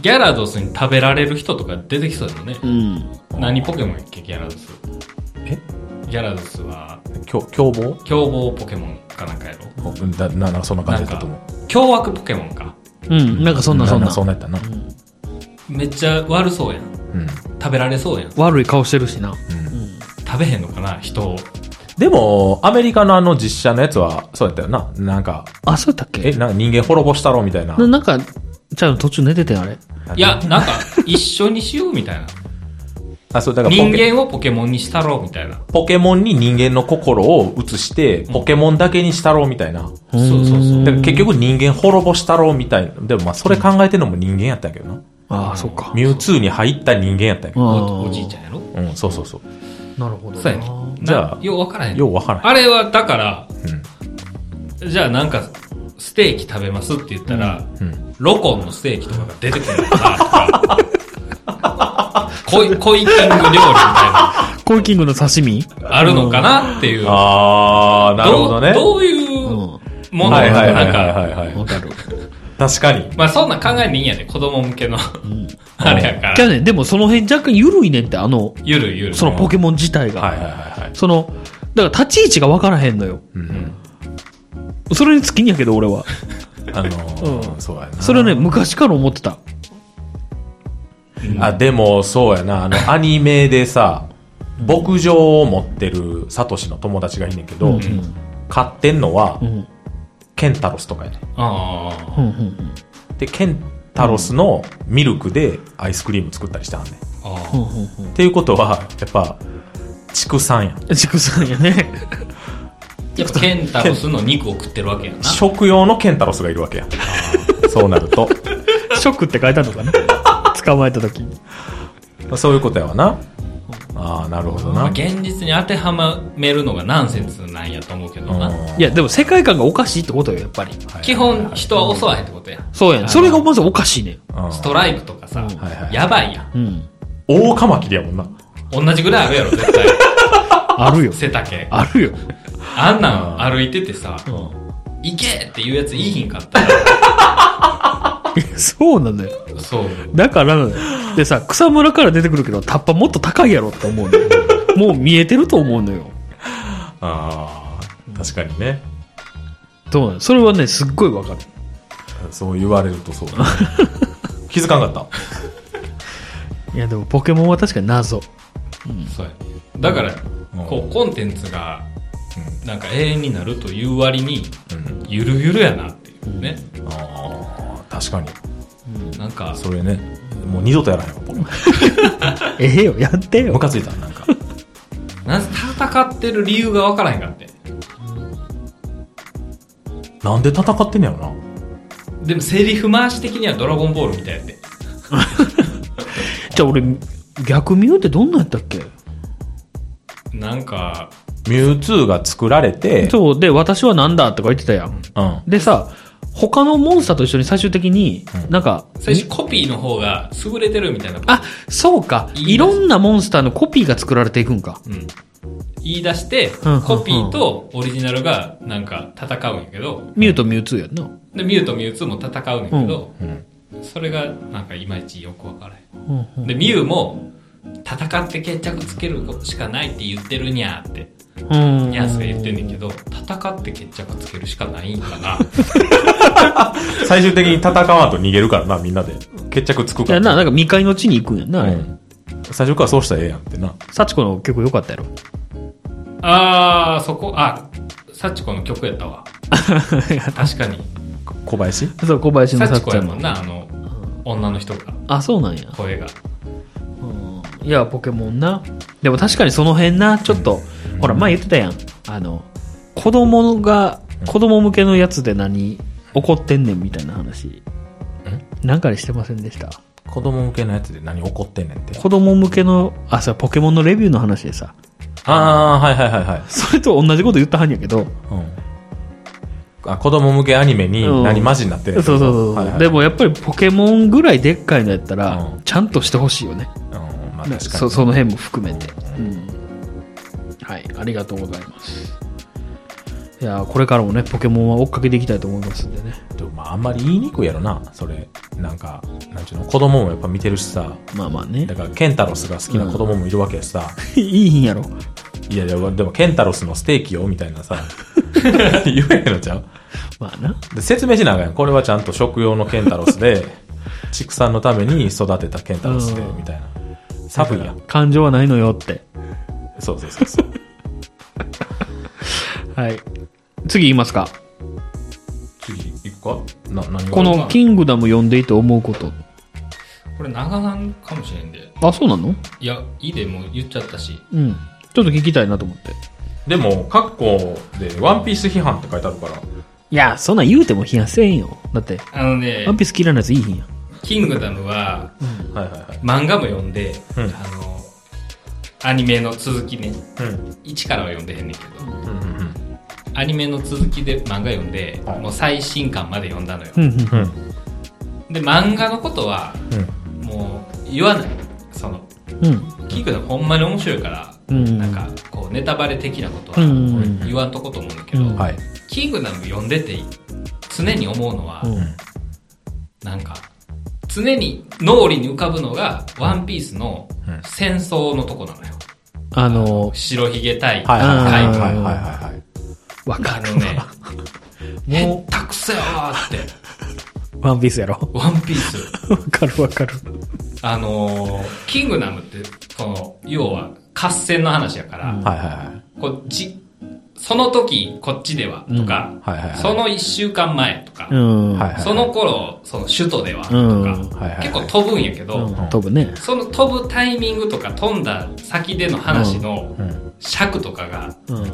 S3: ギャラドスに食べられる人とか出てきそうだよね
S1: う。ん。
S3: 何ポケモンやっけ、ギャラドス。
S2: あ。え
S3: ギャラドスは、
S2: 凶凶暴
S3: 凶暴ポケモンかなんかやろ
S2: うんだな、な、そんな感
S3: な
S2: じ
S3: ん
S2: だっ
S3: か
S2: たと思う。、
S3: 凶悪ポケモンか。
S1: うん。なんかそんなそんな。
S2: そんなやったな。
S3: めっちゃ悪そうやん。
S2: うん。
S3: 食べられそうやん。
S1: 悪い顔してるしな。
S3: 食べへんのかな、人を。
S2: でも、アメリカのあの実写のやつは、そうやったよな。なんか、
S1: あ、そうだっけ
S2: え、なんか人間滅ぼしたろみたいな。
S1: ななんか、ちゃうの途中寝てたよ、あれ。
S3: いや、なんか、一緒にしようみ たいな。
S2: あ、そう、だからポ
S3: 人
S2: ケ
S3: 間をポケモンにしたろうみたいな。
S2: ポケモンに人間の心を移して、ポケモンだけにしたろうみたいな。
S3: そうそうそう。
S2: だから結局人間滅ぼしたろうみたいな。でもまあ、それ考えてるのも人間やったんやけどな。
S1: ああ、そっか。
S2: ミュウツーに入った人間やったんやけど。
S3: おおじいちゃんやろ
S2: うん、そうそうそう。
S1: なるほど
S3: そうやね
S1: な。
S3: ん。
S2: じゃあ
S3: なようわからへん。
S2: ようわからん。
S3: あれは、だから、じゃあなんか、ステーキ食べますって言ったら、
S2: うん。
S3: ロコンのステーキとかが出てくるのかなとか、 コイ、コイキング料理みたいな、
S1: コイキングの刺身
S3: あるのかなっていう。
S2: あー、なるほどね。
S3: どうどういう
S1: うん。
S3: もの
S2: は
S3: ないの
S2: はい
S3: か、
S2: はい
S3: なん
S2: は
S3: か、
S2: いはいは
S1: わ
S2: い。
S1: かる。
S2: 確かに。
S3: まあそんなん考えんでいいんやで、子供向けの、あれやか
S1: じゃ
S3: ら。
S1: あね、でもその辺若干緩いねんって、あの、
S3: ゆるゆる。
S1: そのポケモン自体が。
S2: はいはいはいはい。
S1: その、だから立ち位置が分からへんのよ。
S2: うん。
S1: それに尽きんやけど、俺は。
S2: あのーそうやな。
S1: それはね、昔から思ってた。
S2: あ、でも、そうやな。あの、アニメでさ、牧場を持ってるサトシの友達がいんねんけど、飼ってんのは
S1: う、ん。
S2: ケンタロスとかやね
S3: あ
S1: う
S3: あ
S1: ん、うん、
S2: んで、ケンタロスのミルクでアイスクリーム作ったりしてはんねん。っ
S3: あ
S1: うん、う
S3: あ。
S1: ん、うん。
S2: ていうことは、やっぱ、畜産やん。
S1: 畜産やね。
S3: やっぱケンタロスの肉を食ってるわけやな。
S2: 食用のケンタロスがいるわけやん。そうなると。
S1: 食って書いたのかな捕まえた時に。
S2: そういうことやわな。ああ、なるほど
S3: まあ
S2: な。
S3: 現実に当てはめるのがナンセンスなんやと思うけどな。
S1: いや、でも世界観がおかしいってことよ、やっぱり。
S3: 基本人は襲わへんってことやん。
S1: そうやね。それがまずおかしいねん。
S3: ストライクとかさ、
S2: はいはい
S3: やばいや
S1: う
S3: ん。
S1: ん。
S2: 大カマキリやもんな。
S3: 同じぐらいあるやろ、絶対。
S1: あるよ。
S3: 背丈。
S1: あるよ。
S3: あんなん歩いててさ、行けって言うやついいひんかったら。
S1: そうなんだよ。
S3: そう。
S1: だからなのよ、でさ、草むらから出てくるけど、タッパもっと高いやろって思うのよ。もう見えてると思うのよ。
S2: ああ、確かにね。
S1: そうなの。それはね、すっごいわかる。
S2: そう言われるとそうだね。 気づかんかっ
S1: いや、でもポケモンは確かに謎。
S3: そうやだから、
S2: うん
S3: こう、コンテンツが
S2: う、
S3: なんか永遠になるという割に、
S2: た。うん。
S3: ゆるゆるやなっていうね。
S2: ああ、確かに。
S3: なんか、
S2: それね。もう二度とやらへんわ、僕。
S1: ええよ、やって
S2: ム
S1: よ。
S2: カついた、なんか。
S3: なんせ戦ってる理由がわからへんかって。
S2: なんで戦ってんねやろ
S3: でもセリフ回し的にはドラゴンボールみたいやって。
S1: じゃあ俺、逆ミュウってどんなんやったっけ
S3: なんか、
S2: な。ミュウツーが作られて、
S1: そう、で、私はなんだとか言ってたやん。
S2: うん。
S1: でさ、他のモンスターと一緒に最終的に、
S2: うん
S1: なんか、
S3: 最初コピーの方が優れてるみたいな。
S1: あ、そうか。
S3: いいです
S1: いろんなモンスターのコピーが作られていくんか。
S3: うん。言い出して
S1: うんうんうん、
S3: コピーとオリジナルがなんか戦うんやけど、
S1: ミュウとミュウツーやんな。
S3: で、ミュウとミュウツーも戦うんやけど、
S2: うん。
S3: それがなんかいまいちよくわからへ
S1: うんうん
S3: ん。で、ミュウも、戦って決着つけるしかないって言ってるにゃーって、
S1: うん
S3: にゃーすが言ってんねんけど、戦って決着つけるしかないんかな。
S2: 最終的に戦わんと逃げるからな、みんなで。決着つく
S1: い
S2: か
S1: や
S2: ら。
S1: な、なんか未開の地に行くんやんな、あ
S2: う
S1: れ。
S2: ん。最初からそうしたらええやんってな。
S1: 幸子の曲良かったやろ。
S3: あー、そこ、あ、サチコの曲やったわ。確かに。
S2: 小林
S1: そう、小林の
S3: サチ
S1: 幸
S3: コ
S1: ちゃ
S3: や
S1: ん
S3: も
S1: の
S3: ん。な、あの、女の人が、
S1: あ、そうなんや。
S3: 声が。
S1: いや、ポケモンな。でも確かにその辺な、ちょっと、ほら、前言ってたやん。あの、子供が、子供向けのやつで何、怒ってんねんみたいな話。なんかにしてませんでした
S2: 子供向けのやつで何怒ってんねんって。
S1: 子供向けの、あ、さ、ポケモンのレビューの話でさ、
S2: ああ、はいはいはいはい。
S1: それと同じこと言ったはんやけど、
S2: うん。あ、子供向けアニメに
S1: うん
S2: 何マジになってんね
S1: そ
S2: ん
S1: うそうそう。
S2: はいはい
S1: でもやっぱりポケモンぐらいでっかいのやったら、
S2: うん
S1: ちゃんとしてほしいよね。
S2: うん、まあ
S1: ね
S2: 確か
S1: そ
S2: に。
S1: その辺も含めて、うんはいありがとうございますいやーこれからもねポケモンは追っかけていきたいと思いますんでね
S2: でもまああんまり言いにくいやろな、それ。なんか、なんちゅうの、子供もやっぱ見てるしさ。
S1: まあまあね
S2: だから、ケンタロスが好きな子供もいるわけやしさ。
S1: いいんやろ
S2: いやいや、でもケンタロスのステーキよ、みたい なさ。言えへんのちゃう
S1: まあな
S2: で説明しなあかんやんこれはちゃんと食用のケンタロ スで、畜産のために育てたケンタロスで、
S1: うん
S2: みたいな。サブやん。
S1: 感情はないのよって
S2: そうそうそうそう。
S1: はい。次言いますか。
S2: 次行くかな、何が
S1: この、キングダム読んでいて思うこと。
S3: これ長なんかもしれんで。
S1: あ、そうなの
S3: いや、いいでもう言っちゃったし。
S1: うん。ちょっと聞きたいなと思って。
S2: でも、カッコで、ワンピース批判って書いてあるから、
S1: いや、そんなん言うても批判せんよ。だって、
S3: あのね
S1: ワン、ピース嫌いなやついいひんやん。
S3: キングダムは
S2: はいはいはい。
S3: 漫画も読んで、
S2: うん
S3: あの、アニメの続きね、
S2: うん。
S3: 1からは読んでへんねんけど、
S2: うんうん
S3: アニメの続きで漫画読んで、
S2: はい
S3: もう最新刊まで読んだのよ。
S1: んうん。
S2: うん。
S3: で、漫画のことは、
S2: うん。
S3: もう言わない。その、
S1: うん。
S3: キングダムほんまに面白いから、
S1: うん
S3: なんか、こう、ネタバレ的なこと
S1: う
S3: は
S1: ん
S3: 俺言わんとこと思うんだけど、
S1: うん
S2: はい。
S3: キングダム読んでて、常に思うのは、
S1: うん
S3: なんか、常に脳裏に浮かぶのが、ワンピースの
S2: うん
S3: 戦争のとこなのよ。
S1: あの、
S3: 白ひげ対、
S2: はいはいはい
S1: うん
S2: はいはいはいはい。
S1: わ
S3: あ
S1: かる
S3: のね、
S1: もう
S3: へったくそやわーって、
S1: ワンピースやろ。
S3: ワンピース。
S1: わかるわかる。
S3: あのーキングダムって、その、要は、合戦の話やから、
S2: はいはい
S3: こっち、その時、こっちでは、とか、
S2: はい。はいはいはい。
S3: その一週間前とか、
S1: うん。
S2: はいはい
S3: その頃、その首都では、と
S1: うん
S3: か、
S2: はいはいはい
S3: 結構飛ぶんやけど、
S1: うん飛ぶね。
S3: その飛ぶタイミングとか飛んだ先での話の
S2: うん
S3: 尺とかが、
S1: うん。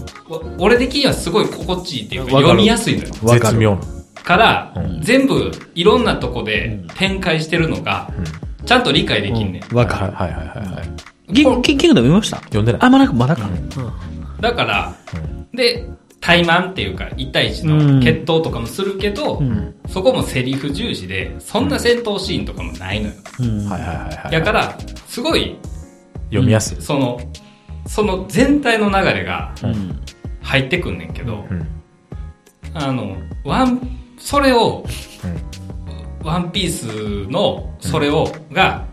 S3: お俺的にはすごい心地いいっていうか
S1: わかる
S3: 読みやすいのよ。
S1: わか
S2: 絶
S1: る。
S2: 妙な。
S3: から、
S2: うん
S3: 全部いろんなとこで展開してるのが、ちゃんと理解できんねん。
S1: わか
S2: はいはいはいはいはい。
S1: る。キング、キングダム見ました
S2: 読んでない
S1: あ、まだか、まだか。
S3: だから、
S2: うん
S3: で、対マンっていうか、1対1
S1: うん
S3: の決闘とかもするけど、
S1: うん。
S3: そこもセリフ重視で、そんな戦闘シーンとかもないのよ。
S1: うん。
S2: はいはいはいはい。
S3: だから、すごい、
S2: 読みやすい。
S3: その、その全体の流れが
S1: うん。
S3: 入ってくんねんけど、
S2: うん。
S3: あの、ワン、それを、
S2: うん
S3: ワンピースの、それを、が、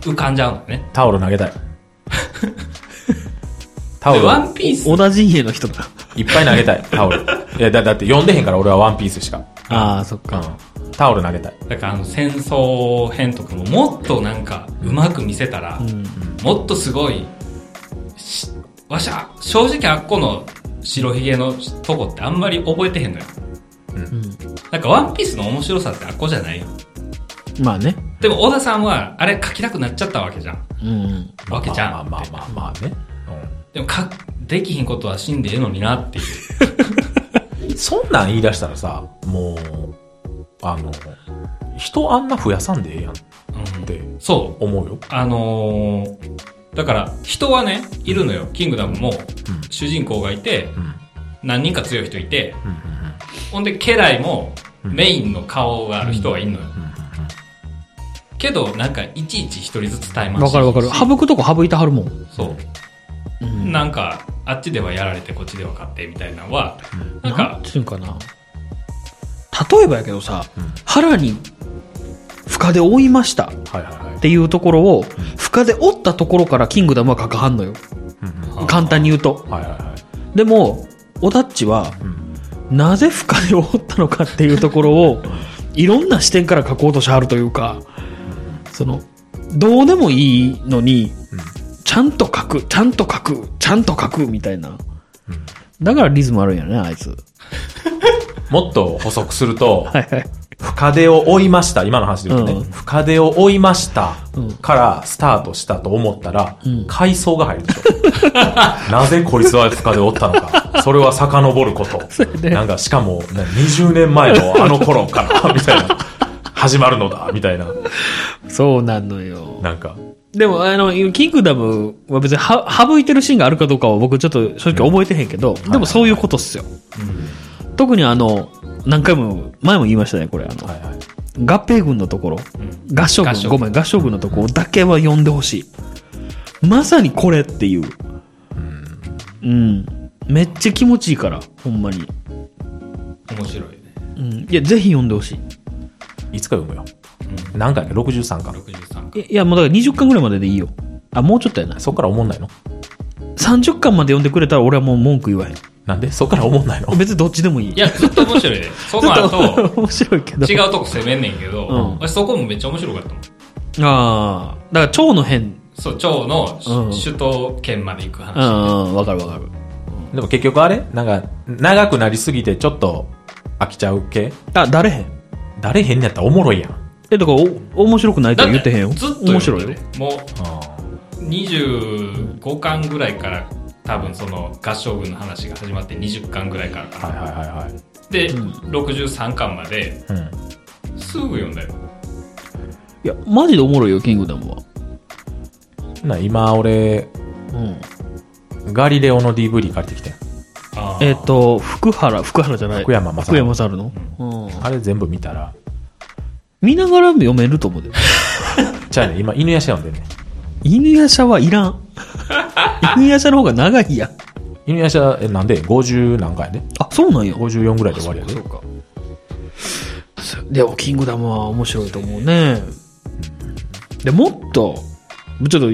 S3: 浮かんじゃうのね。
S2: タオル投げ たい。タオ
S3: で、
S2: ル
S3: ワンピース、
S1: 小田陣営の人だ。
S2: いっぱい投げたい、タ オル。いやだだって読んでへんから俺はワンピースしか。
S1: ああ、そっか。
S2: うん。タオル投げたい。
S3: だからあの、戦争編とかも、もっとなんか、うまく見せたら、
S1: うん。
S3: もっとすごい、しわしゃ、正直あっこの白ひげのとこってあんまり覚えてへんのよ。
S1: うん。
S3: なんか、ワンピースの面白さってあっこじゃないよ。
S1: まあね。
S3: でも、小田さんは、あれ書きたくなっちゃったわけじゃん。
S1: うん。
S3: わけじゃん。
S2: まあまあまあまあまあね。
S3: でもか、できひんことは死んでええのになっていう。
S2: うんそんなん言い出したらさ、もう、あの、人あんな増やさんでええやんっ
S3: うん
S2: て
S3: そう。
S2: 思うよ。
S3: あのーだから、人はね、いるのよ。キングダムも、主人公がいて、
S2: うん。うん
S3: 何人か強い人いて、
S2: うん
S3: ほんで、家来も、メインの顔がある人はいんのよ。
S2: うんうん
S3: けど、なんか、いちいち一人ずつタイマン
S1: わかるわかる。省くとこ省いてはるもん。
S3: そう。
S1: うん
S3: なんか、あっちではやられて、こっちでは勝って、みたいなのは、
S1: な
S3: なん
S1: ん
S3: か、
S1: ていうんかな。例えばやけどさ、腹に、深で追いました。
S2: はいはいはい
S1: っ。ていうところを、深で折ったところからキングダムは書かはんのよ。
S2: うんうん
S3: あー
S1: 簡単に言うと。
S2: はいはいは
S1: でも、オダッチは、
S2: い。うん
S1: なぜ深で折ったのかっていうところ を、いろんな視点から書こうとしはるというか、その、どうでもいいのに、ちゃんと書く、ちゃんと書く、ちゃんと書く、みたいな。だからリズムあるんやね、あいつ。
S2: もっと補足すると、
S1: はいはい。
S2: 深手を追いました。今の話で言うとね。
S1: うん
S2: 深手を追いました
S1: うん。
S2: からスタートしたと思ったら、
S1: うん
S2: 階層が入るでしょ。 なぜこいつは深手を追ったのか。それは遡 ること。なんか、しかも、な20年前のあの 頃から、みたいな。始まるのだ、みたいな。
S1: そうなのよ。
S2: なんか、
S1: でも、あの、キングダムは別には省いてるシーンがあるかどうかは僕ちょっと正直覚えてへんけど、でもそういうことっすよ。特にあの、何回も、前も言いましたね、これ。あの、
S2: はいはい。
S1: 合併軍のところ、
S3: うん
S1: 合唱軍
S3: 合唱軍
S1: ごめん、合唱軍のところだけは呼んでほしい。まさにこれっていう。うん。めっちゃ気持ちいいから、ほんまに。
S3: 面白いね。
S1: うん。いや、ぜひ呼んでほしい。
S2: いつか読むよ。何回か、63から。
S3: 63
S1: いいや、もうだから20巻ぐらいまででいいよ。あ、もうちょっとやな。
S2: そっから思んないの
S1: 30巻まで呼んでくれたら俺はもう文句言わへん。
S2: なんでそっから思んないの
S1: 別にどっちでもいい。
S3: いや、ずっと面白いね。その後、
S1: 面白いけど。
S3: 違うとこ攻めんねんけど、
S1: うん
S3: 私そこもめっちゃ面白かったもん。
S1: ああ。だから、蝶の変。
S3: そう、趙の、
S1: うん
S3: 首都圏まで行く
S1: う
S3: 話。
S1: ん、わかるわかる。うん
S2: でも結局あれなんか、長くなりすぎてちょっと飽きちゃう系
S1: あ、だれへん。
S2: 誰へんやったらおもろいやん。
S1: え、だから、お、面白くないとは言ってへんよ。
S3: ずっと
S1: 面
S3: 読
S1: 白
S3: ん
S1: い
S3: で
S1: よ
S3: る。もう25巻ぐらいから多分その合唱軍の話が始まって20巻ぐらいからかな
S2: はいはいはいはい。
S3: で、63巻まで
S2: うん。
S3: すぐ読んだよ
S1: いや、マジでおもろいよ、キングダムは。
S2: な今俺、
S1: うん。
S2: ガリレオの DVD 借りてきてん
S3: あー
S1: えっ、と、福原、福原じゃない。
S2: 福山雅治
S1: 福山雅治の。うん。
S2: あれ全部見たら、
S1: 見ながら読めると思うで。
S2: ちゃうねん、今犬やし読んでんねん。
S1: 犬夜叉はいら ん。犬夜叉の方が長いやん。
S2: 犬やしは、え、なんで ?50 何回やで
S1: あ、そうなんや。
S2: ?54 ぐらいで終わりやで。
S1: そうか。でも、キングダムは面白いと思うね。で、もっと、ちょっと、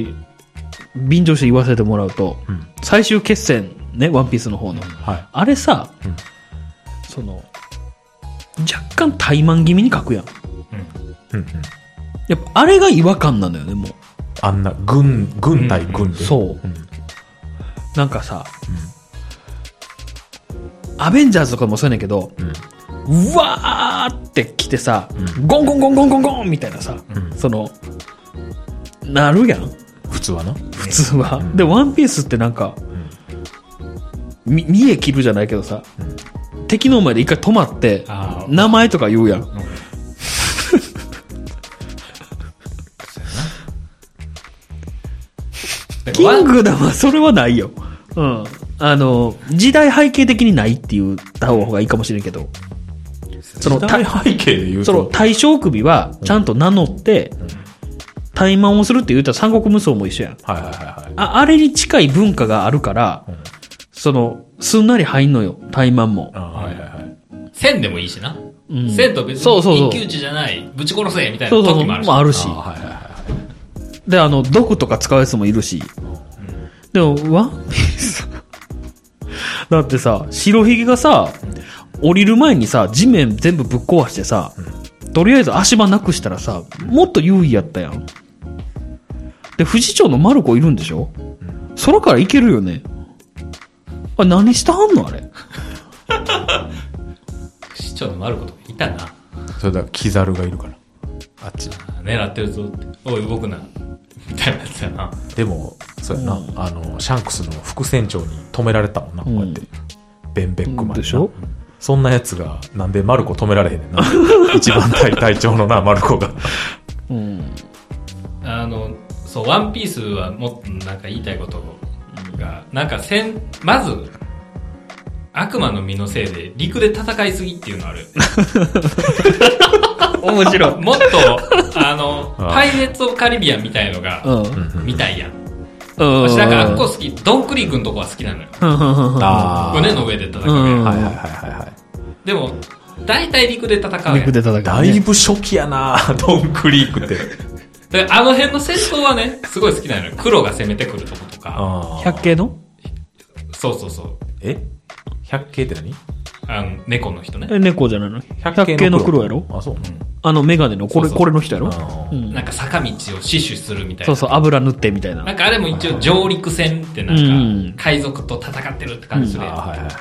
S1: 便乗して言わせてもらうと、
S2: ん
S1: 最終決戦、ね、ワンピースの方の。
S2: はい。
S1: あれさ、
S2: うん
S1: その、若干怠慢気味に書くやん。
S2: うんうん。
S1: やっぱ、あれが違和感なのよね、もう。
S2: あんな、軍、軍対軍で。
S1: そう
S2: うん。
S1: なんかさ、アベンジャーズとかもそうやねんけど、うわーって来てさ、ゴンゴンゴンゴンゴンゴンみたいなさ、その、なるやん、
S2: 普通はな。
S1: 普通は。で、ワンピースってなんか、み見え切るじゃないけどさ、敵の前で一回止まって
S3: あ、ー
S1: 名前とか言うやん。
S3: だか
S1: キ
S3: らワ
S1: ン
S3: ン
S1: グダムはそれはないよ。うん。あの、時代背景的にないって言った方がいいかもしれんけど、その、
S2: 時代背景で言う
S1: その
S2: と、
S1: 対象首はちゃんと名乗って、怠慢をするって言うたら三国無双も一緒やん。
S2: はいはいはいはい。
S1: あ、あれに近い文化があるから、その、すんなり入んのよ、怠慢も。
S2: あはいはいはい。
S3: 線でもいいしな、
S1: うん
S3: 線と別
S1: そうそうそう
S3: に一騎打ちじゃないぶち殺せみたい
S1: そ
S3: な
S1: うそうそ
S3: 時
S1: う、
S3: もあるし
S1: もあるし
S2: あ。はいはいはい。
S1: で、あの、毒とか使うやつもいるし。でも、ワンピース。だってさ、白ひげがさ、降りる前にさ、地面全部ぶっ壊してさ、とりあえず足場なくしたらさ、もっと優位やったやん。で、不死鳥のマルコいるんでしょ空から行けるよね。あ、何してはんのあれ。
S3: 市長のマルコとかいたな
S2: それだ、キザルがいるから。あっちに。
S3: 狙ってるぞっておい動くなみたいなやつやな
S2: でも、そうやな、あの、シャンクスの副船長に止められたもんな、こうやって。ベンベックマンにな。
S1: でしょ
S2: そんなやつが、なんでマルコ止められへんねんな。 一番 隊隊長のな、マルコが。
S1: うん。
S3: あのそう「ワンピースはもっとなんか言いたいことがなんかせんまず悪魔の実のせいで陸で戦いすぎっていうのあるよね
S1: 面白い。
S3: もっとあの
S2: ああ
S3: パイレーツ・オブ・カリビアンみたいのが
S1: うん。
S3: 見たいやん
S1: うん。
S3: 私なんかあっこ好きドンクリークんとこは好きなのよ
S1: うんうんうんうん
S2: あー
S3: 船の上で戦うや
S1: うんん。
S2: はいはいはいはいはい。
S3: でも大体陸で戦うや
S4: 肉
S3: ん
S4: で戦う、ね。
S2: だいぶ初期やな、ドンクリーク って。
S3: であの辺の戦闘はねすごい好きなのよ黒が攻めてくるとことか
S2: あー
S1: 百景の
S3: そうそうそう
S2: え百景って何
S3: あの猫の人ね
S1: え猫じゃないの百景の黒やろ
S2: あ、そう。
S1: あの、メガネの、こ
S3: そう
S1: れ、
S3: そう
S1: これの人やろ
S2: あ
S1: うん
S3: なんか坂道を死守するみたい
S1: そう
S3: な
S1: そう、油塗ってみたい
S3: なん
S1: な。
S3: かあれも一応上陸船って
S1: うん
S3: なんか海賊と戦ってるって感じす
S2: あ
S3: る
S2: ー
S3: やん。
S2: はいはいはいはい。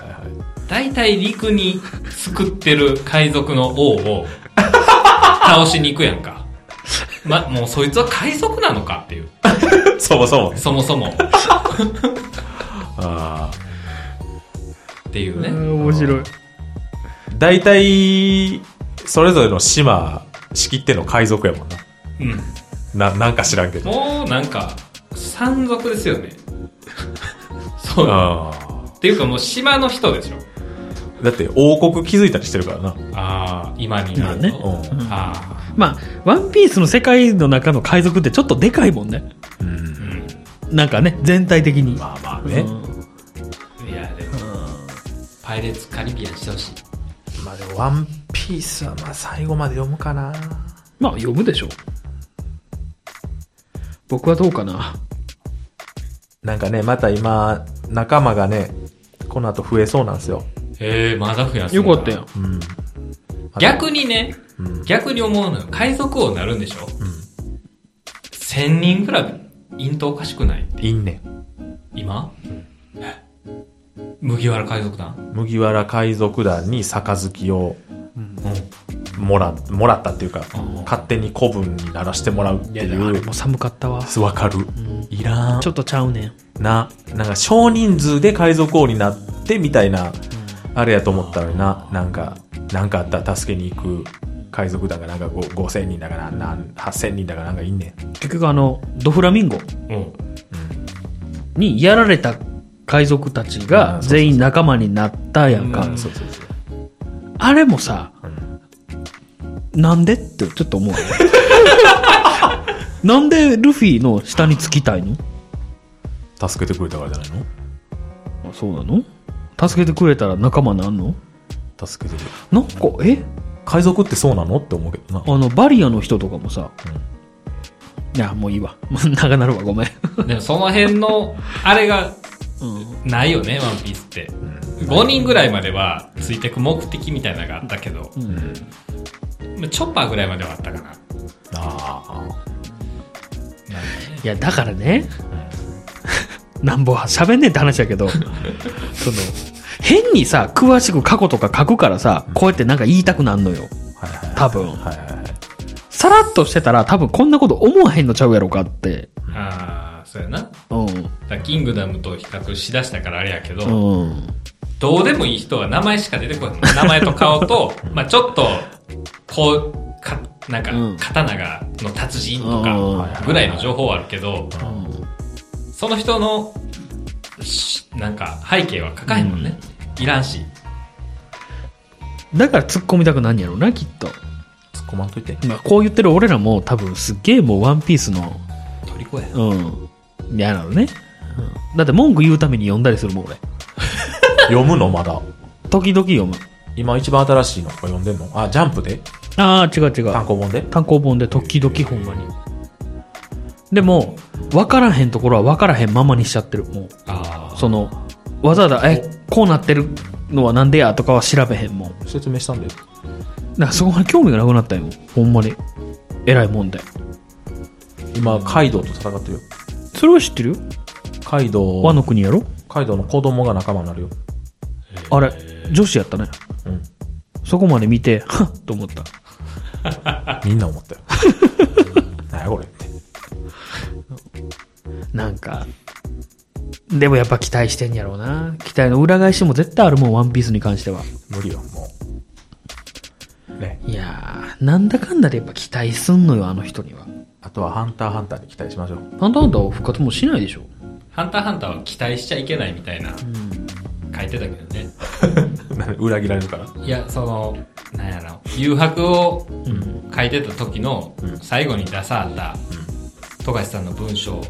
S3: 大体陸に救ってる海賊の王 を倒しに行くやんか。ま、もうそいつは海賊なのかっていう。
S2: そもそも。
S3: そもそも。
S2: ああ。
S3: っていうね。
S1: 面白い。
S2: 大体、それぞれの島、仕切っての海賊やもん
S3: うん。
S2: な。な、なんか知らんけど。
S3: もうなんか、山賊ですよね。そう。
S2: ああ。
S3: っていうかもう島の人でしょ。
S2: だって王国築いたりしてるからな。
S3: ああ、今に
S1: ま
S3: なる
S1: あね
S3: と。
S2: う
S3: あ
S1: まあ、ワンピースの世界の中の海賊ってちょっとでかいもんね。
S2: ん。
S3: あ、うん。
S1: なんかね、全体的に。
S2: まあまあね。
S3: いや、でも、パイレーツカリビアンしてほしい。
S2: まあでも、ワンピースはまあ最後まで読むかな。
S1: まあ、読むでしょ。僕はどうかな。
S2: なんかね、また今、仲間がね、この後増えそうなんですよ。
S3: ええまだ増やす
S1: よ
S3: んだ
S1: かったやん。
S2: うん。
S3: 逆にね、
S2: うん
S3: 逆に思うのよ。海賊王になるんでしょ千人ぐらい、イントおかしくない
S2: いいねん。
S3: 今、え麦わら海賊団。
S2: 麦わら海賊団に杯をもらもらったっていうか、勝手に古文にならしてもらうって
S1: い
S2: い
S1: やあれ
S2: う
S1: も寒かったわ
S2: わかる、いらん
S1: ちょっとちゃうねん
S2: ななんか少人数で海賊王になってみたいな、あれやと思ったのにななんかなんかあったら助けに行く海賊団がなんかご5000人だからなん8000人だからなんかいんねん
S1: 結局あのドフラミンゴ
S3: うん。
S1: にやられた海賊たちが全員仲間になったやんか、
S3: うん
S2: そうそうそう
S1: あれもさ、なんでってちょっと思う よなんでルフィの下につきたいの
S2: 助けてくれたからじゃない
S1: あそうなの助けてくれたら仲間なんの
S2: の助けてくれ
S1: なんかえ
S2: 海賊ってそうなのって思うけどな
S1: あのバリアの人とかもさ、いやもういいわもう長なるわごめん、
S3: でもその辺の、あれがないよね、ワンピースって。5人ぐらいまではついてく目的みたいなのがあったけど、チョッパーぐらいまではあったかな。なんか
S2: ああ
S3: ね
S1: いやだからね、なんぼ喋んねえって話やけどその変にさ詳しく過去とか書くからさこうやってなんか言いたくなんのよ
S2: はいはい
S1: 多分
S2: はいはいはい
S1: さらっとしてたら多分こんなこと思わへんのちゃうやろかって
S3: ああ、そうやな。だか
S1: うん
S3: らキングダムと比較しだしたからあれやけど、
S1: うん
S3: どうでもいい人は名前しか出てこない。名前と顔 と、まあちょっと、こう、か、なんか
S1: うん、
S3: 刀が、の達人と
S1: うん
S3: か、ぐらいの情報はあるけど、その人の、しなんか、背景は書かへんもんね。いらんし。
S1: だから突っ込みたくなんやろなきっと、
S2: 突っ込まんといて
S1: まあ、こう言ってる俺らも多分すっげえもうワンピースの
S3: 虜や。
S1: うん嫌なのね、うんだって文句言うために読んだりするもん俺
S2: 読むのまだ
S1: 時々読む
S2: 今一番新しいの読んでんのあジャンプで
S1: ああ違う違う
S2: 単行本で
S1: 単行本で時々ほんまにでも分からへんところは分からへんままにしちゃってるもう
S3: あ
S1: そのわざわざ「えこうなってるのはなんでや?」とかは調べへんもん
S2: 説明したんで
S1: なんかそこまで興味がなくなったよほんまに偉いもんで
S2: 今カイドウと戦ってるよ
S1: それは知ってるよ
S2: カイド
S1: 和
S2: ウ
S1: の国やろ
S2: カイドウの子供が仲間になるよ
S1: あれ女子やったね
S2: うん
S1: そこまで見てはっと思った
S2: みんな思ったよ何やこれって
S1: なんかでもやっぱ期待してんやろうな期待の裏返しも絶対あるもんワンピースに関しては
S2: 無理よもうね
S1: いやーなんだかんだでやっぱ期待すんのよあの人には
S2: あとはハンターハンターに期待しましょう
S1: あんたあんたは復活もしないでしょ
S3: あ。ハンターハンターは期待しちゃいけないみたいな、書いてたけどね。
S2: 何 裏切られるから
S3: いや、その、なんやろ、誘白を書いてた時の最後に出さはった、富樫さんの文章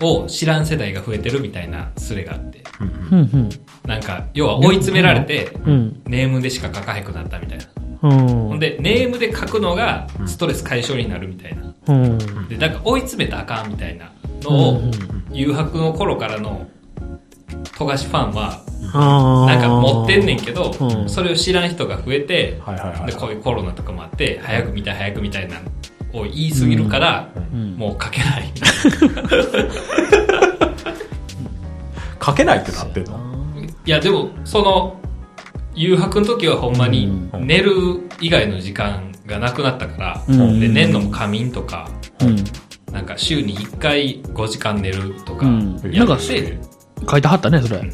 S3: を知らん世代が増えてるみたいなスレがあって、
S1: うんうん
S3: なんか、要は追い詰められて、
S1: うん
S3: ネームでしか書かへんくなったみたいな。
S1: うん
S3: ほんで、ネームで書くのがストレス解消になるみたいな。
S1: うん
S3: で、なんか追い詰めたらあかんみたいなのを
S1: うんうん、
S3: 誘白の頃からの富樫ファンは、
S1: あー
S3: なんか持ってんねんけど、
S1: うん
S3: それを知らん人が増えて、
S2: はいはいはい
S3: でこういうコロナとかもあって早く見たい早く見たいなを言いすぎるから、もう書けない
S2: 書けないってなってるの
S3: いやでもその誘白の時はほんまに寝る以外の時間がなくなったから、
S1: うん
S3: で寝んのも仮眠とか
S1: うん
S3: なんか週に1回5時間寝るとか
S1: うん
S3: や
S1: なんか
S3: っ
S1: そ
S3: て、
S1: 書いてはったねそれ、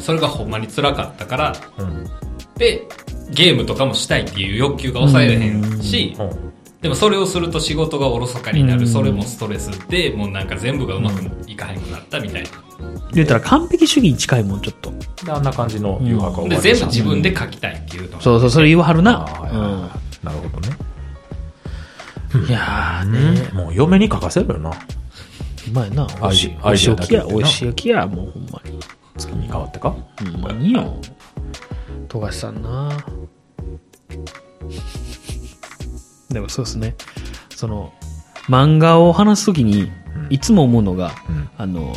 S3: それがほんまに辛かったから
S2: うん
S3: でゲームとかもしたいっていう欲求が抑えれへんし、
S2: うん
S3: でもそれをすると仕事がおろそかになる、
S1: うん
S3: それもストレスでもうなんか全部がうまくいかへんくなったみたいな、
S1: 言ったら完璧主義に近いもんちょっと
S2: であんな感じの誘惑が終わり
S3: で
S2: まし
S3: 全部
S2: た
S3: 自分で書きたいっていうのが
S1: そうそうそれ言わはるな
S2: あーはいはいはいなるほどね
S1: うんいやーね
S2: もう嫁に書かせるよな
S1: うまいな
S2: ア
S1: おい
S2: イ
S1: しい
S2: デア
S1: おいしいおきや
S2: アイデアだけでな
S1: おいしいおきやもうほんまに
S2: 月に変わってか
S1: ほんまによ富樫さんなでもそうですねその漫画を話すときにいつも思うのが、
S2: うん
S1: あの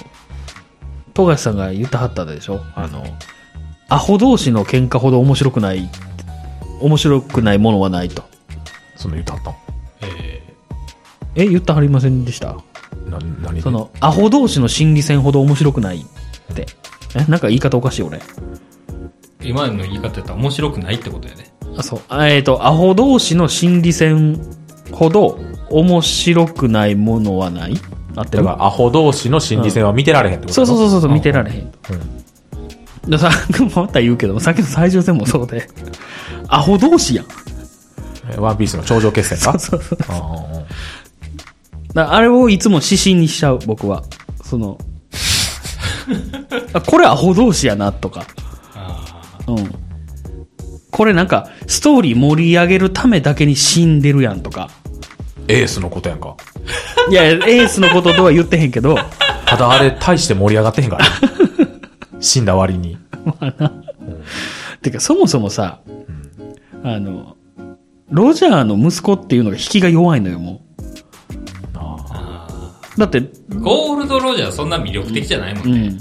S1: 富樫さんが言ったはったでしょあのアホ同士の喧嘩ほど面白くない面白くないものはないと
S2: その言ったった
S3: え
S1: え言ったはりませんでした
S2: んな何で
S1: そのアホ同士の心理戦ほど面白くないってえ、なんか言い方おかしい俺。
S3: 今の言い方やったら面白くないってことやね。
S1: あ、そう。あえっ、と、アホ同士の心理戦ほど面白くないものはないあって
S2: だ
S1: る
S2: から、アホ同士の心理戦は見てられへんってこと
S1: そうそう
S2: う。
S1: そうそう見てられへん。でさ、 また言うけど、さっきの最終戦もそう で、アホ同士やん。
S2: えワンピースの頂上決戦かそうそう
S1: だからあれをいつも指針にしちゃう、僕は。その、あこれアホ同士やな、とか。うん。これなんか、ストーリー盛り上げるためだけに死んでるやん、とか。
S2: エースのことやんか。
S1: いや、エースのこととは言ってへんけど、
S2: ただあれ、大して盛り上がってへんからね。死んだ割に。
S1: てか、そもそもさ、あの、ロジャーの息子っていうのが引きが弱いのよ、もう。だって、
S3: ゴールドロジャーそんな魅力的じゃないもん
S1: う
S3: ね。
S1: ん。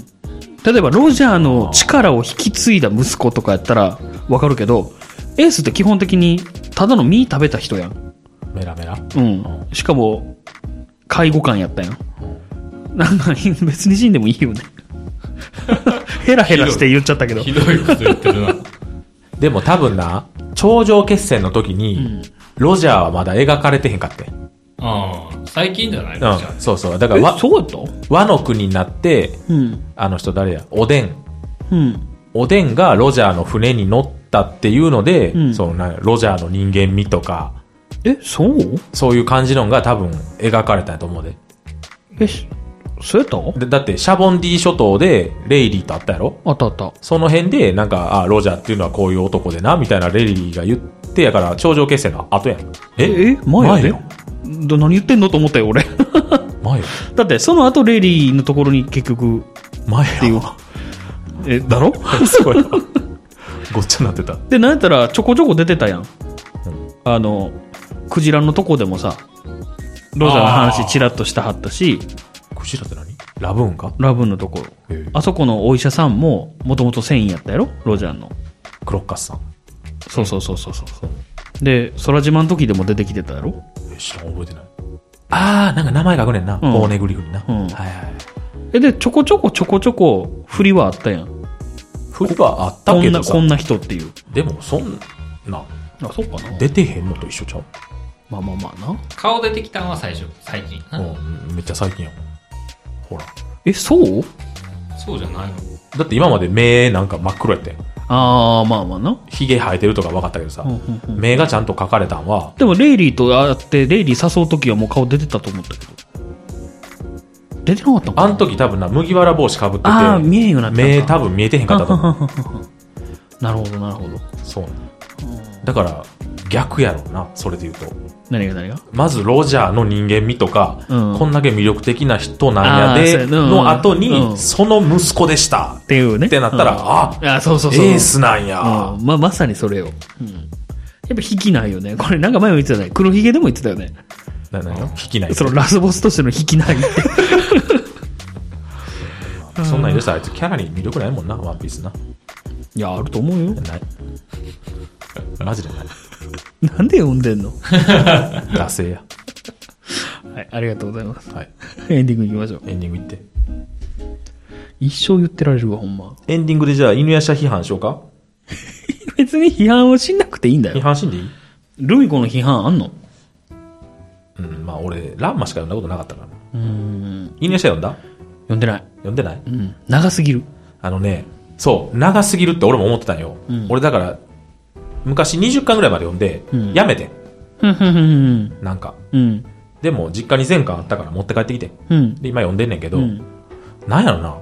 S1: 例えば、ロジャーの力を引き継いだ息子とかやったらわかるけど、エースって基本的に、ただの身食べた人やん。
S2: メラメラ。
S1: うん。しかも、介護官やったやん。なんか、別に死んでもいい よね。ヘラヘラして言っちゃったけど。
S3: ひどいこと言ってる な。
S2: でも多分な、頂上決戦の時に、ロジャーはまだ描かれてへんかって。
S3: うん。最近じゃないロジャ
S2: うん。
S3: ー。
S2: そうそう。だか
S1: え
S2: ら、わ
S1: そうやった
S2: 和の国になって、
S1: うん。
S2: あの人誰やおでん。
S1: うん。
S2: おでんがロジャーの船に乗ったっていうので、
S1: うん
S2: そのなロジャーの人間味とか、
S1: え、そう
S2: そういう感じのが多分描かれたと思うで。
S1: え、しそうやった
S2: でだって、シャボンディ諸島でレイリーと会ったやろ
S1: あったあった。
S2: その辺で、なんか、あ、ロジャーっていうのはこういう男でな、みたいなレイリーが言って、やから、頂上決戦の後やん。
S1: え、前やで
S2: 前よ
S1: ど何言ってんのと思ったよ、俺。
S2: 前よ
S1: だって、その後、レイリーのところに結局、
S2: 前や
S1: っていう。え、だろ
S2: すごいな。ごっちゃになってた。
S1: で、なんやったら、ちょこちょこ出てたやん。あの、クジラのとこでもさ、ロジャーの話チラッとしたはったし、
S2: クジラって何ラブーンか
S1: ラブのとこ
S2: へえ
S1: ろ。あそこのお医者さんも、もともと繊維やったやろロジャーの。
S2: クロッカスさん。
S1: そうそうそうそうそう。で、空島の時でも出てきてたやろ
S2: え、知らん覚えてない。あー、なんか名前書くねんな。
S1: ん
S2: ボーネグリフにな。
S1: うん
S2: はいはい。
S1: え、で、ちょこちょこちょこちょこ、振りはあったやん。
S2: 振りはあった
S1: こ
S2: け
S1: んな、
S2: どさ
S1: こ。んな人っていう。
S2: でも、そんな、
S1: あ、そうかな。
S2: 出てへんのと一緒ちゃう
S1: まあまあまあな。
S3: 顔出てきたんは最初、最近。
S2: うん、めっちゃ最近やもん。ほら。
S1: え、そう
S3: そうじゃないの
S2: だって今まで目なんか真っ黒やってん。
S1: ああ、まあまあな。
S2: 髭生えてるとか分かったけどさ、
S1: ん
S2: 目がちゃんと描かれたんは、
S1: でも、レイリーと会って、レイリー誘う時はもう顔出てたと思ったけど。出てなかったのか
S2: あ
S1: なん
S2: 時多分な、麦わら帽子かぶってて、
S1: あー見えんようになったんか
S2: 目多分見えてへんかったと思う。
S1: なるほど、なるほど。
S2: そうなんだから、逆やろうな、それで言うと。
S1: 何が何が
S2: まずロジャーの人間味とか、
S1: うん
S2: こんだけ魅力的な人なんや
S1: あーそう
S2: で、
S1: やなうん
S2: の後に、
S1: うん
S2: その息子でした
S1: っていうね。
S2: ってなったら、
S1: うん
S2: あ、
S1: あそうそうそう。
S2: エースなんや、
S1: うん。まあ、まさにそれを。うん。やっぱ引きないよね。これなんか前も言ってたね。黒ひげでも言ってたよね。
S2: ななんよ聞きない
S1: そ
S2: そ
S1: のラスボスとしての引きない って。
S2: そんなんでさあいつキャラに魅力ないもんなワンピースない
S1: や、あると思うよ。
S2: ないマジでない
S1: なんで読んでんの
S2: 惰性や
S1: はい、ありがとうございます。
S2: はい
S1: エンディングいきましょう。
S2: エンディングいって
S1: 一生言ってられるわ、ほんま。
S2: エンディングでじゃあ犬やしゃ批判しようか
S1: 別に批判をしなくていいんだ
S2: 批
S1: よ。
S2: 判しんでいい
S1: ルミ子の批判あんの
S2: うんまあ俺ランマしか読んだことなかったからな
S1: うーん。
S2: 犬やしゃ読んだ
S1: 読んでない。
S2: 読んでない
S1: うん。長すぎる。
S2: あのねそう長すぎるって俺も思ってたんよ、俺だから昔20巻ぐらいまで読んで、
S1: うん
S2: やめてん
S1: ふんふんふん
S2: なんか
S1: ふん。うん。
S2: でも実家に全巻あったから持って帰ってきてん
S1: うん。
S2: で今読んでんねんけど、
S1: うん
S2: なんやろな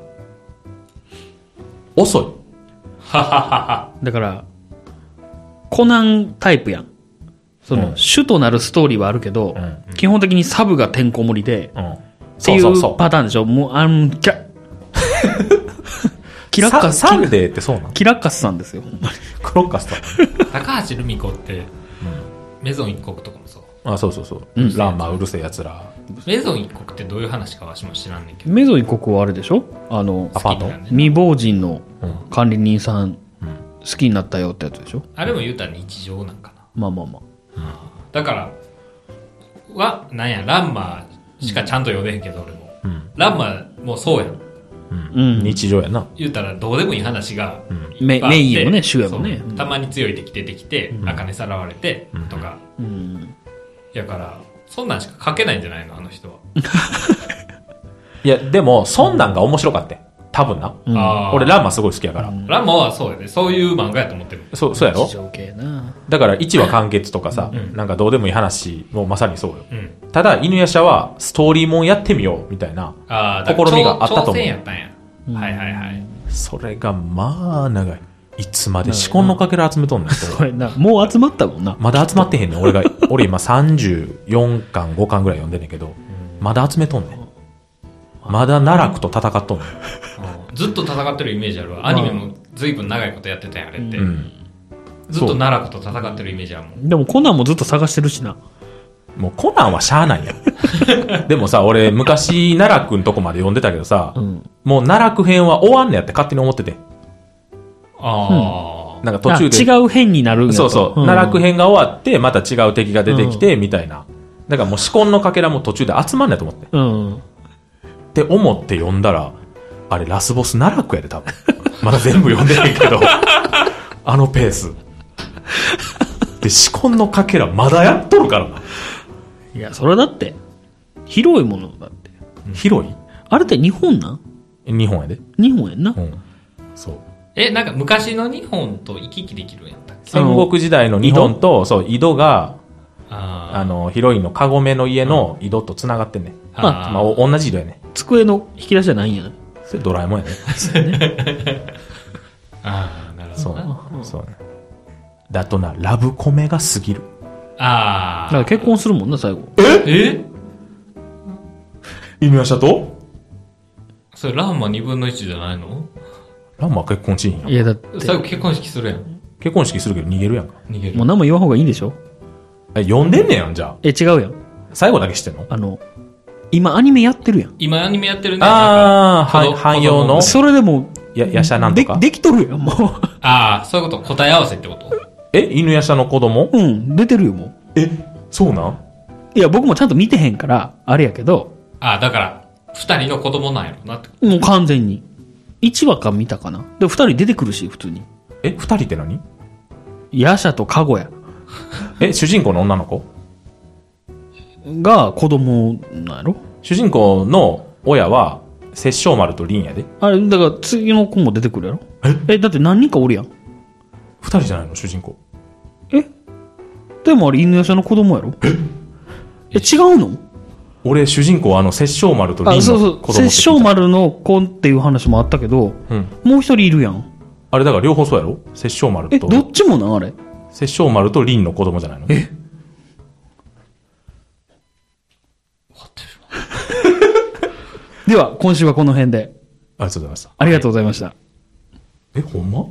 S2: 遅い
S1: だから、コナンタイプやん。その、
S2: うん
S1: 主となるストーリーはあるけど、
S2: う
S1: 基本的にサブがてんこ盛りで、
S2: うん。
S1: って
S2: そ
S1: いうう
S2: そうそう。
S1: パターンでしょもう、あの、キラ、 キラッカス、
S2: ササンデーってそ うなの
S1: キラッカスさんですよ。ほんまに
S2: クロッカスと。
S3: 高橋留美子って、メゾン一国とかもそう。
S2: あ、そうそうそう。ランマ、うるせえ奴ら。
S3: メゾン一国ってどういう話かわしも知らんねんけど。
S1: メゾン一国はあれでしょあの
S2: ア、パー
S3: 好きなん
S2: ト
S3: で
S1: 未亡人の
S2: うん
S1: 管理人さん、好きになったよってやつでしょ
S3: あれも言うたら日常なんかな。
S1: まあまあまあ。
S3: だから、は、なんや、ランマしかちゃんと読めへんけど、俺も。
S2: ん
S3: ランマもそうやん。
S1: うん
S2: 日常やな。
S3: 言うたらどうでもいい話が
S1: メ
S3: いっぱいあって
S1: メインやもんね主やもんね
S3: そうたまに強い敵出てきて、赤にさらわれてとか、
S1: うん
S3: やからそんなんしか書けないんじゃないのあの人は、
S2: いや、でも、そんなんが面白かったよ多分な。
S1: ん
S3: あー
S2: 俺、ランマすごい好きやから。
S3: ランマはそうやねそういう漫画やと思ってる
S2: そう、そうやろ
S1: 日常系な
S2: だから1話完結とかさ、なんかどうでもいい話もまさにそうよ。
S3: うん
S2: ただ、犬夜叉はストーリーもんやってみようみたいな、
S3: あーだから
S2: 試みがあったと思う
S3: 挑戦やったんや、はいはいはい
S2: それがまあ長い。いつまで至婚のかけら集めとんの
S1: これなもう集まったもんな
S2: まだ集まってへんねん。俺が、俺今34巻、5巻ぐらい読んでんねんけど、まだ集めとんねん。まだ奈落と戦っとんねん。
S3: ずっと戦ってるイメージあるわアニメも随分長いことやってたんやあれって、
S2: うん。
S3: ずっと奈落と戦ってるイメージあるもん
S1: でもコナンもずっと探してるしな
S2: もうコナンはしゃあないやん。 でもさ、俺昔奈落んとこまで読んでたけどさ、
S1: ん
S2: もう奈落編は終わんねやって勝手に思ってて。
S3: ああ、
S2: なんか途中で。
S1: あ違う変になるんやと
S2: そうそう。
S1: ん
S2: 奈落編が終わって、また違う敵が出てきて、みたいな。だからもう死婚のかけらも途中で集まんないと思って。
S1: うん
S2: って思って読んだら、あれラスボス奈落やで、多分。まだ全部読んでないけど。あのペース。で、死婚のかけらまだやっとるからな。
S1: いやそれだって広いものだって
S2: 広い
S1: あれって日本なん
S2: 日本やで。
S1: 日本やんな
S2: うん。そう。
S3: えなんか昔の日本と行き来できるんやったっけ
S1: あの
S2: 戦国時代の日本と、そう、井戸が、あ
S3: あ
S2: の、ヒロインのカゴメの家の井戸と繋がってんね。
S3: ーあー
S2: まあ、お同じ井戸やね。
S1: 机の引き出しじゃないんやな
S2: それドラえもんやね。
S3: あーなるほ
S2: そ
S3: どな
S2: う。そうね。だとな、ラブコメが過ぎる。
S3: あ
S1: だ
S3: あ
S1: から結婚するもんな最後
S3: え
S2: 犬社と
S3: それランマ2分の1じゃないの
S2: ランマは結婚しんやん
S1: いやだって
S3: 最後結婚式するやん
S2: 結婚式するけど逃げるやんか。
S3: 逃げる
S1: もう何も言わん方がいいでしょ
S2: え、呼んでんねやん、じゃあ。
S1: え違うやん
S2: 最後だけしてんの
S1: あの今アニメやってるやん
S3: 今アニメやってるね
S2: ああ、
S3: なん
S2: は
S3: か
S2: 汎用
S3: 子供
S2: の
S1: それでも
S2: や、やしゃなんと
S1: で
S2: か。
S1: できとるやんもう
S3: ああそういうこと答え合わせってこと
S2: え、犬やしゃの子供
S1: うん 出てるよもう
S2: え、そうなん
S1: いや僕もちゃんと見てへんからあれやけど
S3: ああだから2人の子供なんやろなって
S1: もう完全に1話か見たかなで2人出てくるし普通に
S2: え、二人って何
S1: ヤシャとカゴヤ
S2: え、主人公の女の子
S1: が子供なんやろ
S2: 主人公の親は、殺生丸と凛やで。
S1: あれだから次の子も出てくるやろえだって何人かおるやん
S2: 二人じゃないの、主人公。
S1: でもあれ犬屋さんの子供やろえ違うの
S2: 俺、主人公はあの、殺生丸と凛
S1: あ
S2: の子
S1: そ
S2: 供
S1: うそう
S2: って聞いた
S1: 殺生。丸の子っていう話もあったけど
S2: うん。
S1: もう一人いるやん
S2: あれだから両方そうやろ殺生丸
S1: え
S2: と。
S1: どっちもなんあれ
S2: 殺生丸と凛の子供じゃないのえ
S1: では今週はこの辺で
S2: ありがとうございました。
S1: ありがとうございました、
S2: え、ほんま